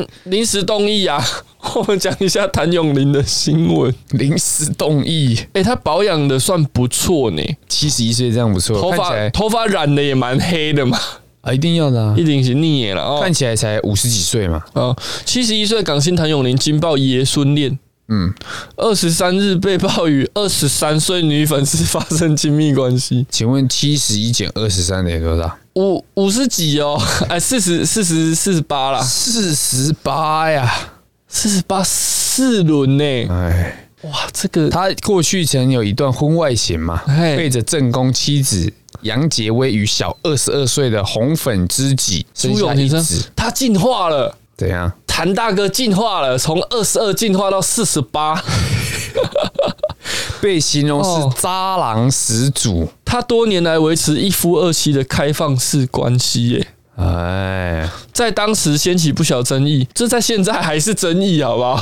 Speaker 2: 临临时动议啊， 我们讲一下谭咏麟的新闻。
Speaker 1: 临时动议，
Speaker 2: 哎、他保养的算不错呢，
Speaker 1: 七十一岁这样不错，
Speaker 2: 头
Speaker 1: 看起
Speaker 2: 发
Speaker 1: 来
Speaker 2: 头发染的也蛮黑的嘛，
Speaker 1: 啊，一定要的啊
Speaker 2: 一，定是腻的了哦
Speaker 1: 看。起来才五十几岁嘛。
Speaker 2: 哦，七十一岁港星谭咏麟惊爆爷孙恋。
Speaker 1: 嗯，
Speaker 2: 二十三日被曝与二十三岁女粉丝发生亲密关系，
Speaker 1: 请问七十一减二十三等于多少？
Speaker 2: 五五十几哦， 哎，四十四十四十八啦，
Speaker 1: 四十八呀！
Speaker 2: 四十八四轮呢，
Speaker 1: 哎，
Speaker 2: 哇，这个
Speaker 1: 他过去曾有一段婚外情嘛，
Speaker 2: 哎
Speaker 1: 背着正宫妻子杨杰威与小二十二岁的红粉知己生
Speaker 2: 朱
Speaker 1: 下
Speaker 2: 永
Speaker 1: 一
Speaker 2: 庭生
Speaker 1: 子，啊
Speaker 2: 他进化了，
Speaker 1: 怎样？
Speaker 2: 谭大哥进化了，从二十二进化到四 十八，
Speaker 1: 被形容
Speaker 2: 哦
Speaker 1: 是渣郎始祖。
Speaker 2: 他多年来维持一夫二妻的开放式关系，耶，
Speaker 1: 哎，
Speaker 2: 在当时掀起不小争议，这在现在还是争议，好不 好？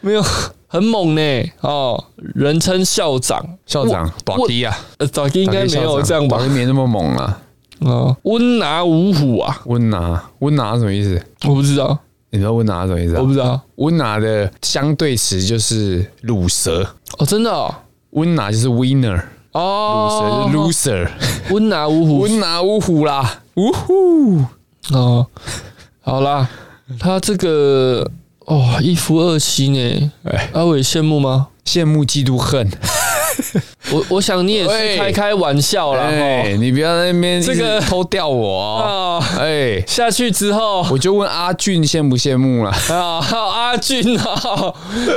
Speaker 2: 没有，很猛呢，哦，人称校长，
Speaker 1: 校长，
Speaker 2: 我
Speaker 1: 短低啊，
Speaker 2: 呃，早就应该没有这样吧
Speaker 1: 短？没那么猛啊。
Speaker 2: 哦，温拿五虎啊，
Speaker 1: 温拿，温拿什么意思？
Speaker 2: 我不知道，
Speaker 1: 你知道温拿什么意思、啊
Speaker 2: 我？不知道，
Speaker 1: 温拿的相对词就是乳蛇，
Speaker 2: 哦，真的哦，
Speaker 1: 温拿就是 winner，
Speaker 2: 哦，
Speaker 1: 乳蛇就是 loser，
Speaker 2: 温拿五虎
Speaker 1: 温拿五虎啦，呜呼！
Speaker 2: 哦，好啦，他这个哦，一夫二妻呢，
Speaker 1: 哎，
Speaker 2: 阿伟羡慕吗？
Speaker 1: 羡慕嫉妒恨，
Speaker 2: 我我想你也是
Speaker 1: 喂
Speaker 2: 开开玩笑啦，
Speaker 1: 哎，
Speaker 2: 哦，
Speaker 1: 你不要在那边
Speaker 2: 这个
Speaker 1: 一直偷掉我 哦，
Speaker 2: 啊，
Speaker 1: 哎，
Speaker 2: 下去之后
Speaker 1: 我就问阿俊羡不羡慕啦？
Speaker 2: 啊，还有阿俊啊，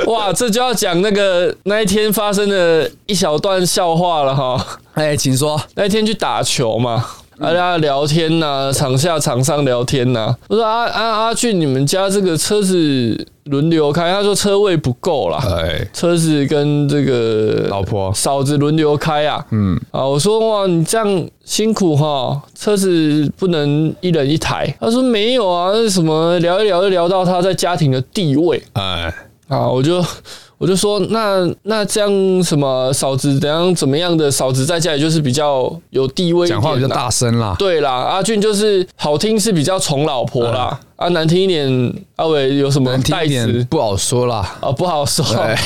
Speaker 2: 哇，这就要讲那个那一天发生的一小段笑话了哈。
Speaker 1: 哎，请说，
Speaker 2: 那一天去打球嘛，啊大家聊天呐、场下场上聊天呐、我说阿阿阿俊，你们家这个车子轮流开，他说车位不够啦。
Speaker 1: 哎，
Speaker 2: 车子跟这个
Speaker 1: 老婆，
Speaker 2: 嫂子轮流开啊。
Speaker 1: 嗯，
Speaker 2: 啊，我说哇，你这样辛苦哈，车子不能一人一台。他说没有啊，那什么聊一聊就聊到他在家庭的地位
Speaker 1: 哎，
Speaker 2: 啊，我就我就说那那这样什么嫂子怎样怎么样的嫂子在家里就是比较有地位一点
Speaker 1: 讲
Speaker 2: 啦，
Speaker 1: 话比较大声啦，
Speaker 2: 对啦，阿俊就是好听是比较宠老婆啦，啊难听一点，阿伟有什么
Speaker 1: 难听
Speaker 2: 代
Speaker 1: 一
Speaker 2: 词
Speaker 1: 点不好说啦，
Speaker 2: 啊不好说
Speaker 1: 哎。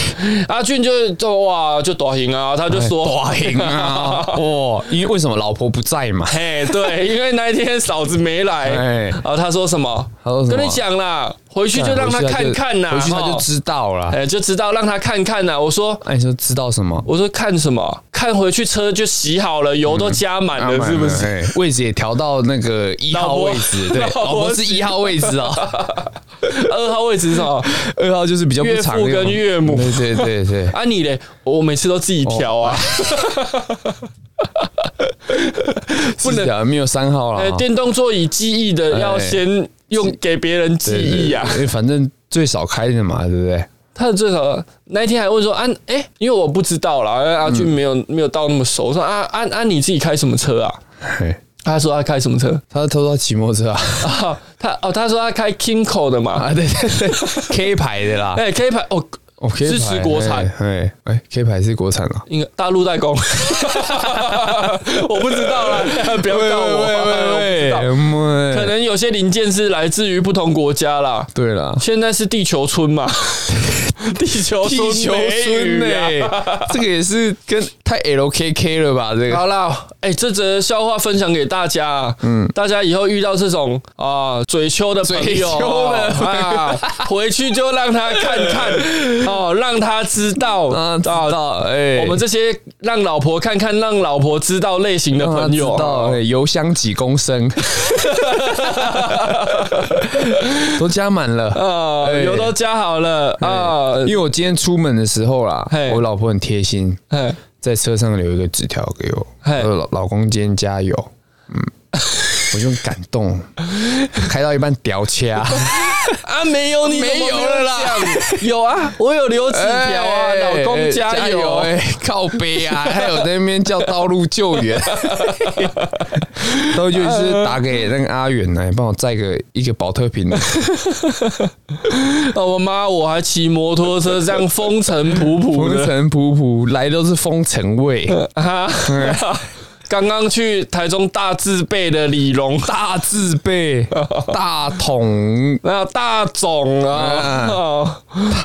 Speaker 2: 阿俊就就哇就短行啊，他就说
Speaker 1: 大型啊， 哦，因为为什么老婆不在嘛？
Speaker 2: 嘿，对，因为那一天嫂子没来，
Speaker 1: 哎
Speaker 2: 然后他说什么？
Speaker 1: 他说什么哎
Speaker 2: 跟你讲啦，回去就让他看看呐，
Speaker 1: 回去他就
Speaker 2: 吼
Speaker 1: 知道了。
Speaker 2: 哎，就知道让他看看呐。我说，
Speaker 1: 那、你说知道什么？
Speaker 2: 我说看什么？看回去车就洗好了，油
Speaker 1: 嗯
Speaker 2: 都加满了，是不是？
Speaker 1: 哎位置也调到那个一
Speaker 2: 老
Speaker 1: 号
Speaker 2: 婆
Speaker 1: 位置，对，
Speaker 2: 老
Speaker 1: 老
Speaker 2: 婆
Speaker 1: 婆是一号位置 哦，
Speaker 2: 二号位置是什么？
Speaker 1: 二号就是比较不常用
Speaker 2: 岳父跟岳母
Speaker 1: 对对对 对，
Speaker 2: 啊，你嘞？我每次都自己调啊。
Speaker 1: 哦不能没有三号哦了
Speaker 2: 哎，，电动座椅记忆的要先用给别人记
Speaker 1: 对对
Speaker 2: 忆啊。
Speaker 1: 对因为反正最少开的嘛，对不对？
Speaker 2: 他的最少那一天还问说啊，哎、因为我不知道啦，因为哎阿
Speaker 1: 嗯
Speaker 2: 俊没有、没有到那么熟，我说啊啊啊，你自己开什么车啊？
Speaker 1: 嘿
Speaker 2: 他说他开什么车？
Speaker 1: 他偷偷骑摩托车啊，
Speaker 2: 啊、他哦，他说他开 Kingo 的嘛，
Speaker 1: 啊对对对，K 牌的啦，
Speaker 2: 哎、k 牌哦，
Speaker 1: 哦 K 牌
Speaker 2: 支持国产
Speaker 1: 哎哎哎，K 牌是国产啊，
Speaker 2: 应该大陆代工， 我不知道啦，不要告我，
Speaker 1: 喂
Speaker 2: 我不知道
Speaker 1: 喂
Speaker 2: 可能有些零件是来自于不同国家啦。
Speaker 1: 对了，
Speaker 2: 现在是地球村嘛，啊地球
Speaker 1: 地球村欸呢、
Speaker 2: 呢、
Speaker 1: 这个也是跟太 LKK 了吧？这个
Speaker 2: 好啦，哎、这则笑话分享给大家。嗯，大家以后遇到这种啊嘴丘的朋友
Speaker 1: 嘴丘的朋友
Speaker 2: 啊，回去就让他看 看哦，让他知道
Speaker 1: 啊，知道哎、
Speaker 2: 我们这些让老婆看看、让老婆知道类型的
Speaker 1: 让他
Speaker 2: 朋
Speaker 1: 知
Speaker 2: 友，啊
Speaker 1: 道哎油箱几公升，都加满了。
Speaker 2: 啊，
Speaker 1: 哎
Speaker 2: 油都加好了啊，
Speaker 1: 因为我今天出门的时候啦
Speaker 2: 嘿，
Speaker 1: 我老婆很贴心，
Speaker 2: 哎
Speaker 1: 在车上留一个纸条给我，
Speaker 2: 嘿
Speaker 1: 她说老老公今天加油，嗯， 我就很感动，开到一半屌掐，
Speaker 2: 啊，没有你怎么
Speaker 1: 没有了啦
Speaker 2: 讲，有啊，我有留纸条啊，
Speaker 1: 哎
Speaker 2: 老公加油，
Speaker 1: 哎，靠背啊，还有在那边叫道路救 援，道路救援是打给那个阿远来帮我载个一个保特 瓶的，
Speaker 2: 哦，我妈，我还骑摩托车这样风尘仆仆
Speaker 1: 风
Speaker 2: 的
Speaker 1: 尘仆仆来都是风尘 哎味，
Speaker 2: 啊。 刚刚去台中大字辈的李荣，
Speaker 1: 大字辈，哎大 桶
Speaker 2: 那大总啊，
Speaker 1: 啊
Speaker 2: 哦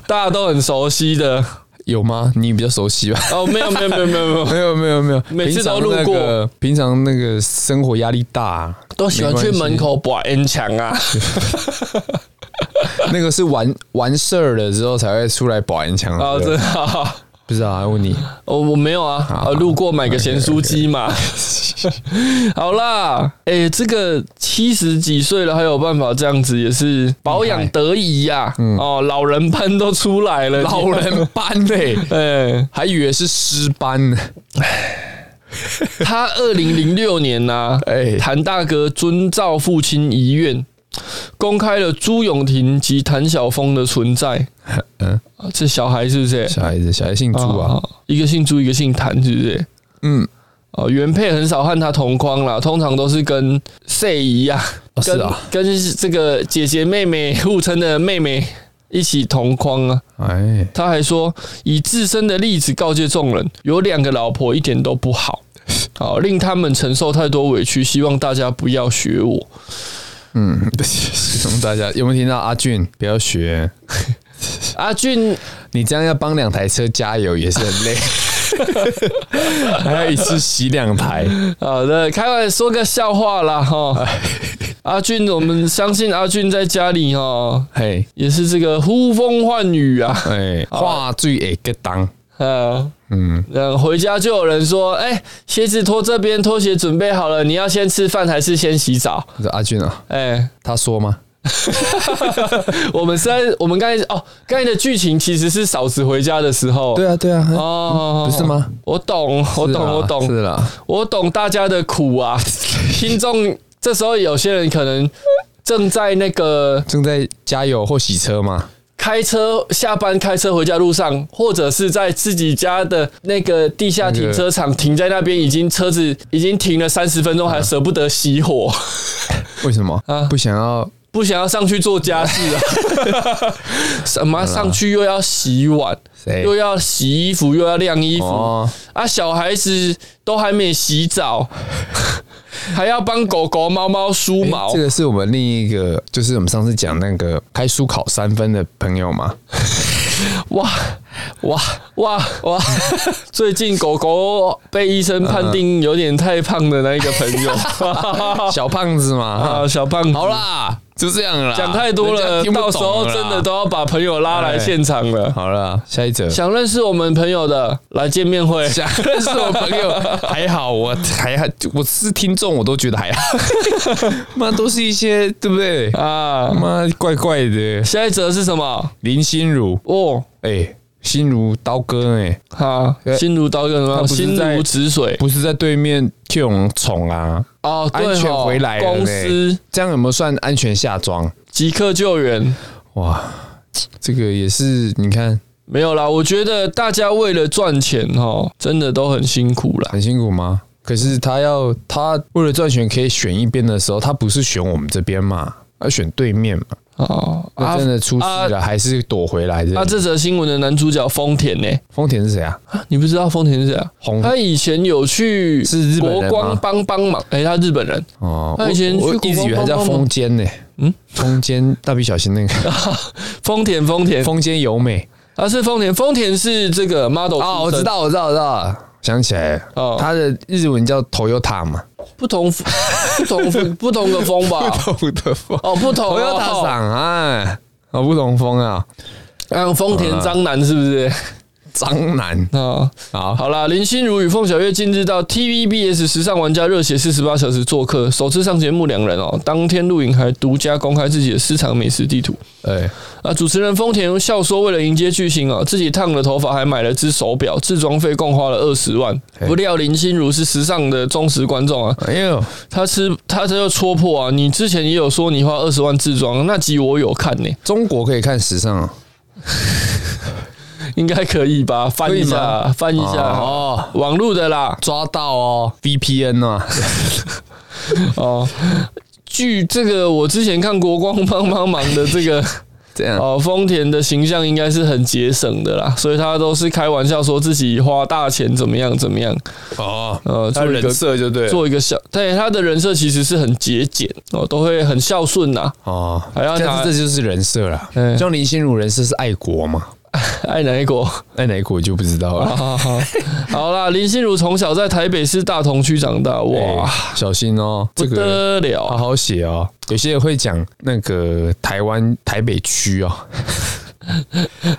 Speaker 2: 大家都很熟悉的。
Speaker 1: 有吗？你比较熟悉吧？
Speaker 2: 哦，没有没有没有没有没 有，
Speaker 1: 没有没有没有，
Speaker 2: 每次都路过
Speaker 1: 平常那个。平常那个生活压力大，
Speaker 2: 都喜欢
Speaker 1: 没
Speaker 2: 去
Speaker 1: 关系
Speaker 2: 门口把 N 墙 啊。
Speaker 1: 那个是 完完事儿了之后才会出来保安墙
Speaker 2: 啊，
Speaker 1: 对不对
Speaker 2: 真的啊，
Speaker 1: 不知道啊， 问你
Speaker 2: 我我没有啊，啊，路过买个咸酥鸡嘛。 好啦，哎，这个七十几岁了还有办法这样子，也是保养得宜呀。哦，老人斑都出来了，
Speaker 1: 嗯老人斑嘞、
Speaker 2: 哎，
Speaker 1: 还以为是尸斑呢。
Speaker 2: 他二零零六年呐、
Speaker 1: 哎
Speaker 2: 谭大哥遵照父亲遗愿，公开了朱永廷及谭晓峰的存在。嗯
Speaker 1: 嗯，
Speaker 2: 这小孩是不是？
Speaker 1: 小孩子，小孩姓朱啊，
Speaker 2: 哦，一个姓朱，一个姓谭，是不是？
Speaker 1: 嗯，
Speaker 2: 哦，原配很少和他同框啦，通常都是跟谁姨啊，
Speaker 1: 哦
Speaker 2: 跟
Speaker 1: 是啊，
Speaker 2: 跟这个姐姐妹妹互称的妹妹一起同框啊。
Speaker 1: 哎，
Speaker 2: 他还说，以自身的例子告诫众人，有两个老婆一点都 不好，好令他们承受太多委屈，希望大家不要学我。
Speaker 1: 嗯， 希望大家有没有听到阿俊？不要学，
Speaker 2: 阿俊，
Speaker 1: 你这样要帮两台车加油也是很 累， 还要一次洗两台。
Speaker 2: 好的，啊开玩说个笑话啦
Speaker 1: 哎
Speaker 2: 哈。阿俊，我们相信阿俊在家里哈，
Speaker 1: 嘿，
Speaker 2: 也是这个呼风唤雨啊，
Speaker 1: 哎，话最会个当，
Speaker 2: 啊。
Speaker 1: 嗯，
Speaker 2: 嗯，回家就有人说：“哎、鞋子脱这边，拖鞋准备好了，你要先吃饭还是先洗澡
Speaker 1: 这阿俊啊，？”
Speaker 2: 哎、
Speaker 1: 他说吗？
Speaker 2: 我们是在我们刚才哦，刚才的剧情其实是嫂子回家的时候，
Speaker 1: 对啊，对啊，
Speaker 2: 哦，
Speaker 1: 不是？吗？
Speaker 2: 我懂，我
Speaker 1: 是
Speaker 2: 懂，
Speaker 1: 啦
Speaker 2: 我懂，
Speaker 1: 是啊啦，
Speaker 2: 我懂大家的 苦啊！听众这时候有些人可能正在那个
Speaker 1: 正在加油或洗车嘛。
Speaker 2: 开车下班开车回家路上，或者是在自己家的那个地下停车场停在那边，已经车子 已经停了三十分钟，还
Speaker 1: 嗯
Speaker 2: 舍不得熄火，
Speaker 1: 为什么
Speaker 2: 啊
Speaker 1: 不想要？
Speaker 2: 不想要上去 做家事啊！ 什么上去又要洗碗，
Speaker 1: 嗯谁
Speaker 2: 又要洗衣服，又要晾衣服、
Speaker 1: 哦，
Speaker 2: 啊！小孩子都还没洗澡， 还要帮狗狗、猫猫梳
Speaker 1: 诶
Speaker 2: 毛
Speaker 1: 哎这。个是我们另一个，就是我们上次讲那个开书考三分的朋友嘛，
Speaker 2: 哇哇哇哇！ 最近狗狗被医生判定有点太胖的那一个朋 友
Speaker 1: 小胖子嘛。
Speaker 2: 啊，小胖子
Speaker 1: 哦好，啦，就这样啦，
Speaker 2: 讲太多
Speaker 1: 人
Speaker 2: 了
Speaker 1: 家，听不懂
Speaker 2: 到时候
Speaker 1: 啦哎
Speaker 2: 真的都要把朋友拉来现场了。
Speaker 1: 好了，下一则。
Speaker 2: 想认识我们朋友的，来见面会。
Speaker 1: 想认识我朋友还好，我还还我是听众，我都觉得还 好。妈都是一些对不对？
Speaker 2: 啊，
Speaker 1: 妈怪怪的，
Speaker 2: 下一则是什么？
Speaker 1: 林心如，
Speaker 2: 哦，
Speaker 1: 哎，心如刀割哎，
Speaker 2: 好，心如刀割什
Speaker 1: 他
Speaker 2: 么？
Speaker 1: 不是
Speaker 2: 心
Speaker 1: 在
Speaker 2: 如止水。
Speaker 1: 不是在对面 Q 我们宠啊，
Speaker 2: 哦，对
Speaker 1: 安全
Speaker 2: 吼
Speaker 1: 回来了
Speaker 2: 公
Speaker 1: 呢
Speaker 2: 司。
Speaker 1: 这样有没有算安全下庄？
Speaker 2: 即刻救援。
Speaker 1: 哇，这个也是你看
Speaker 2: 没有啦，我觉得大家为了赚钱哦，真的都很辛苦啦。
Speaker 1: 很辛苦吗？可是他要他为了赚钱可以选一边的时候，他不是选我们这边嘛，而选对面嘛。
Speaker 2: 哦，
Speaker 1: 那
Speaker 2: 啊
Speaker 1: 真的出事了，还是躲回来的？
Speaker 2: 啊，这则新闻的男主角丰田呢、
Speaker 1: 丰田是谁啊？
Speaker 2: 啊你不知道丰田是谁啊？
Speaker 1: 红
Speaker 2: 他以前有去
Speaker 1: 是日本人
Speaker 2: 国
Speaker 1: 吗
Speaker 2: 光帮帮忙，哎、他日本人，
Speaker 1: 哦，
Speaker 2: 他以前
Speaker 1: 我我
Speaker 2: 去
Speaker 1: 一直以为他
Speaker 2: 国光帮
Speaker 1: 叫
Speaker 2: 忙
Speaker 1: 风间呢。嗯，风间大笔小新那个
Speaker 2: 丰田丰田
Speaker 1: 风间由美，
Speaker 2: 他是丰田，丰田是这个 model
Speaker 1: 哦，我
Speaker 2: 出身
Speaker 1: 知，道，我知道，我知道了，想起来了，
Speaker 2: 哦
Speaker 1: 它的日文叫 Toyota 嘛，
Speaker 2: 不同不同不同的风吧？
Speaker 1: 不的风
Speaker 2: 哦，不同哦
Speaker 1: ，Toyota 厂啊，哦，不同风啊，
Speaker 2: 嗯，丰田张楠是不是？
Speaker 1: 张楠，
Speaker 2: 啊，
Speaker 1: 嗯好，
Speaker 2: 好啦，林心如与凤小岳近日到 TVBS 时尚玩家热血四十八小时做客，首次上节目，两人哦，当天录影还独家公开自己的私藏美食地图。
Speaker 1: 哎，
Speaker 2: 啊，主持人丰田笑说，为了迎接巨星啊，自己烫了头发，还买了只手表，制装费共花了二十万。
Speaker 1: 嘿
Speaker 2: 不料林心如是时尚的忠实观众啊，
Speaker 1: 哎呦，
Speaker 2: 她吃她这就戳破啊，你之前也有说你花二十万制装，那集我有看呢、
Speaker 1: 中国可以看时尚啊，
Speaker 2: 应该可以吧？翻一
Speaker 1: 可以
Speaker 2: 下，翻一下
Speaker 1: 哦
Speaker 2: 哦，网路的啦，
Speaker 1: 抓到哦，VPN 啊，
Speaker 2: 哦。据这个，我之前看国光帮帮忙的 这个
Speaker 1: 这样，
Speaker 2: 哦，丰田的形象应该是很节省的啦，所以他都是开玩笑说自己花大钱怎么样怎么样，
Speaker 1: 哦，
Speaker 2: 呃，
Speaker 1: 他
Speaker 2: 做一
Speaker 1: 人
Speaker 2: 个
Speaker 1: 设就对了，
Speaker 2: 做一个小，对他的人设其实是很节俭哦，都会很孝顺呐、
Speaker 1: 哦，
Speaker 2: 还要
Speaker 1: 这样
Speaker 2: 拿
Speaker 1: 子这就是人设啦
Speaker 2: 嗯。
Speaker 1: 像林心如人设是爱国嘛，
Speaker 2: 爱哪一国？
Speaker 1: 爱哪一国就不知道
Speaker 2: 好
Speaker 1: 了。
Speaker 2: 好好， 好啦，林心如从小在台北市大同区长大，哇，
Speaker 1: 哎小心哦，
Speaker 2: 不
Speaker 1: 这个
Speaker 2: 得了
Speaker 1: 好好写哦。有些人会讲那个台湾台北区哦。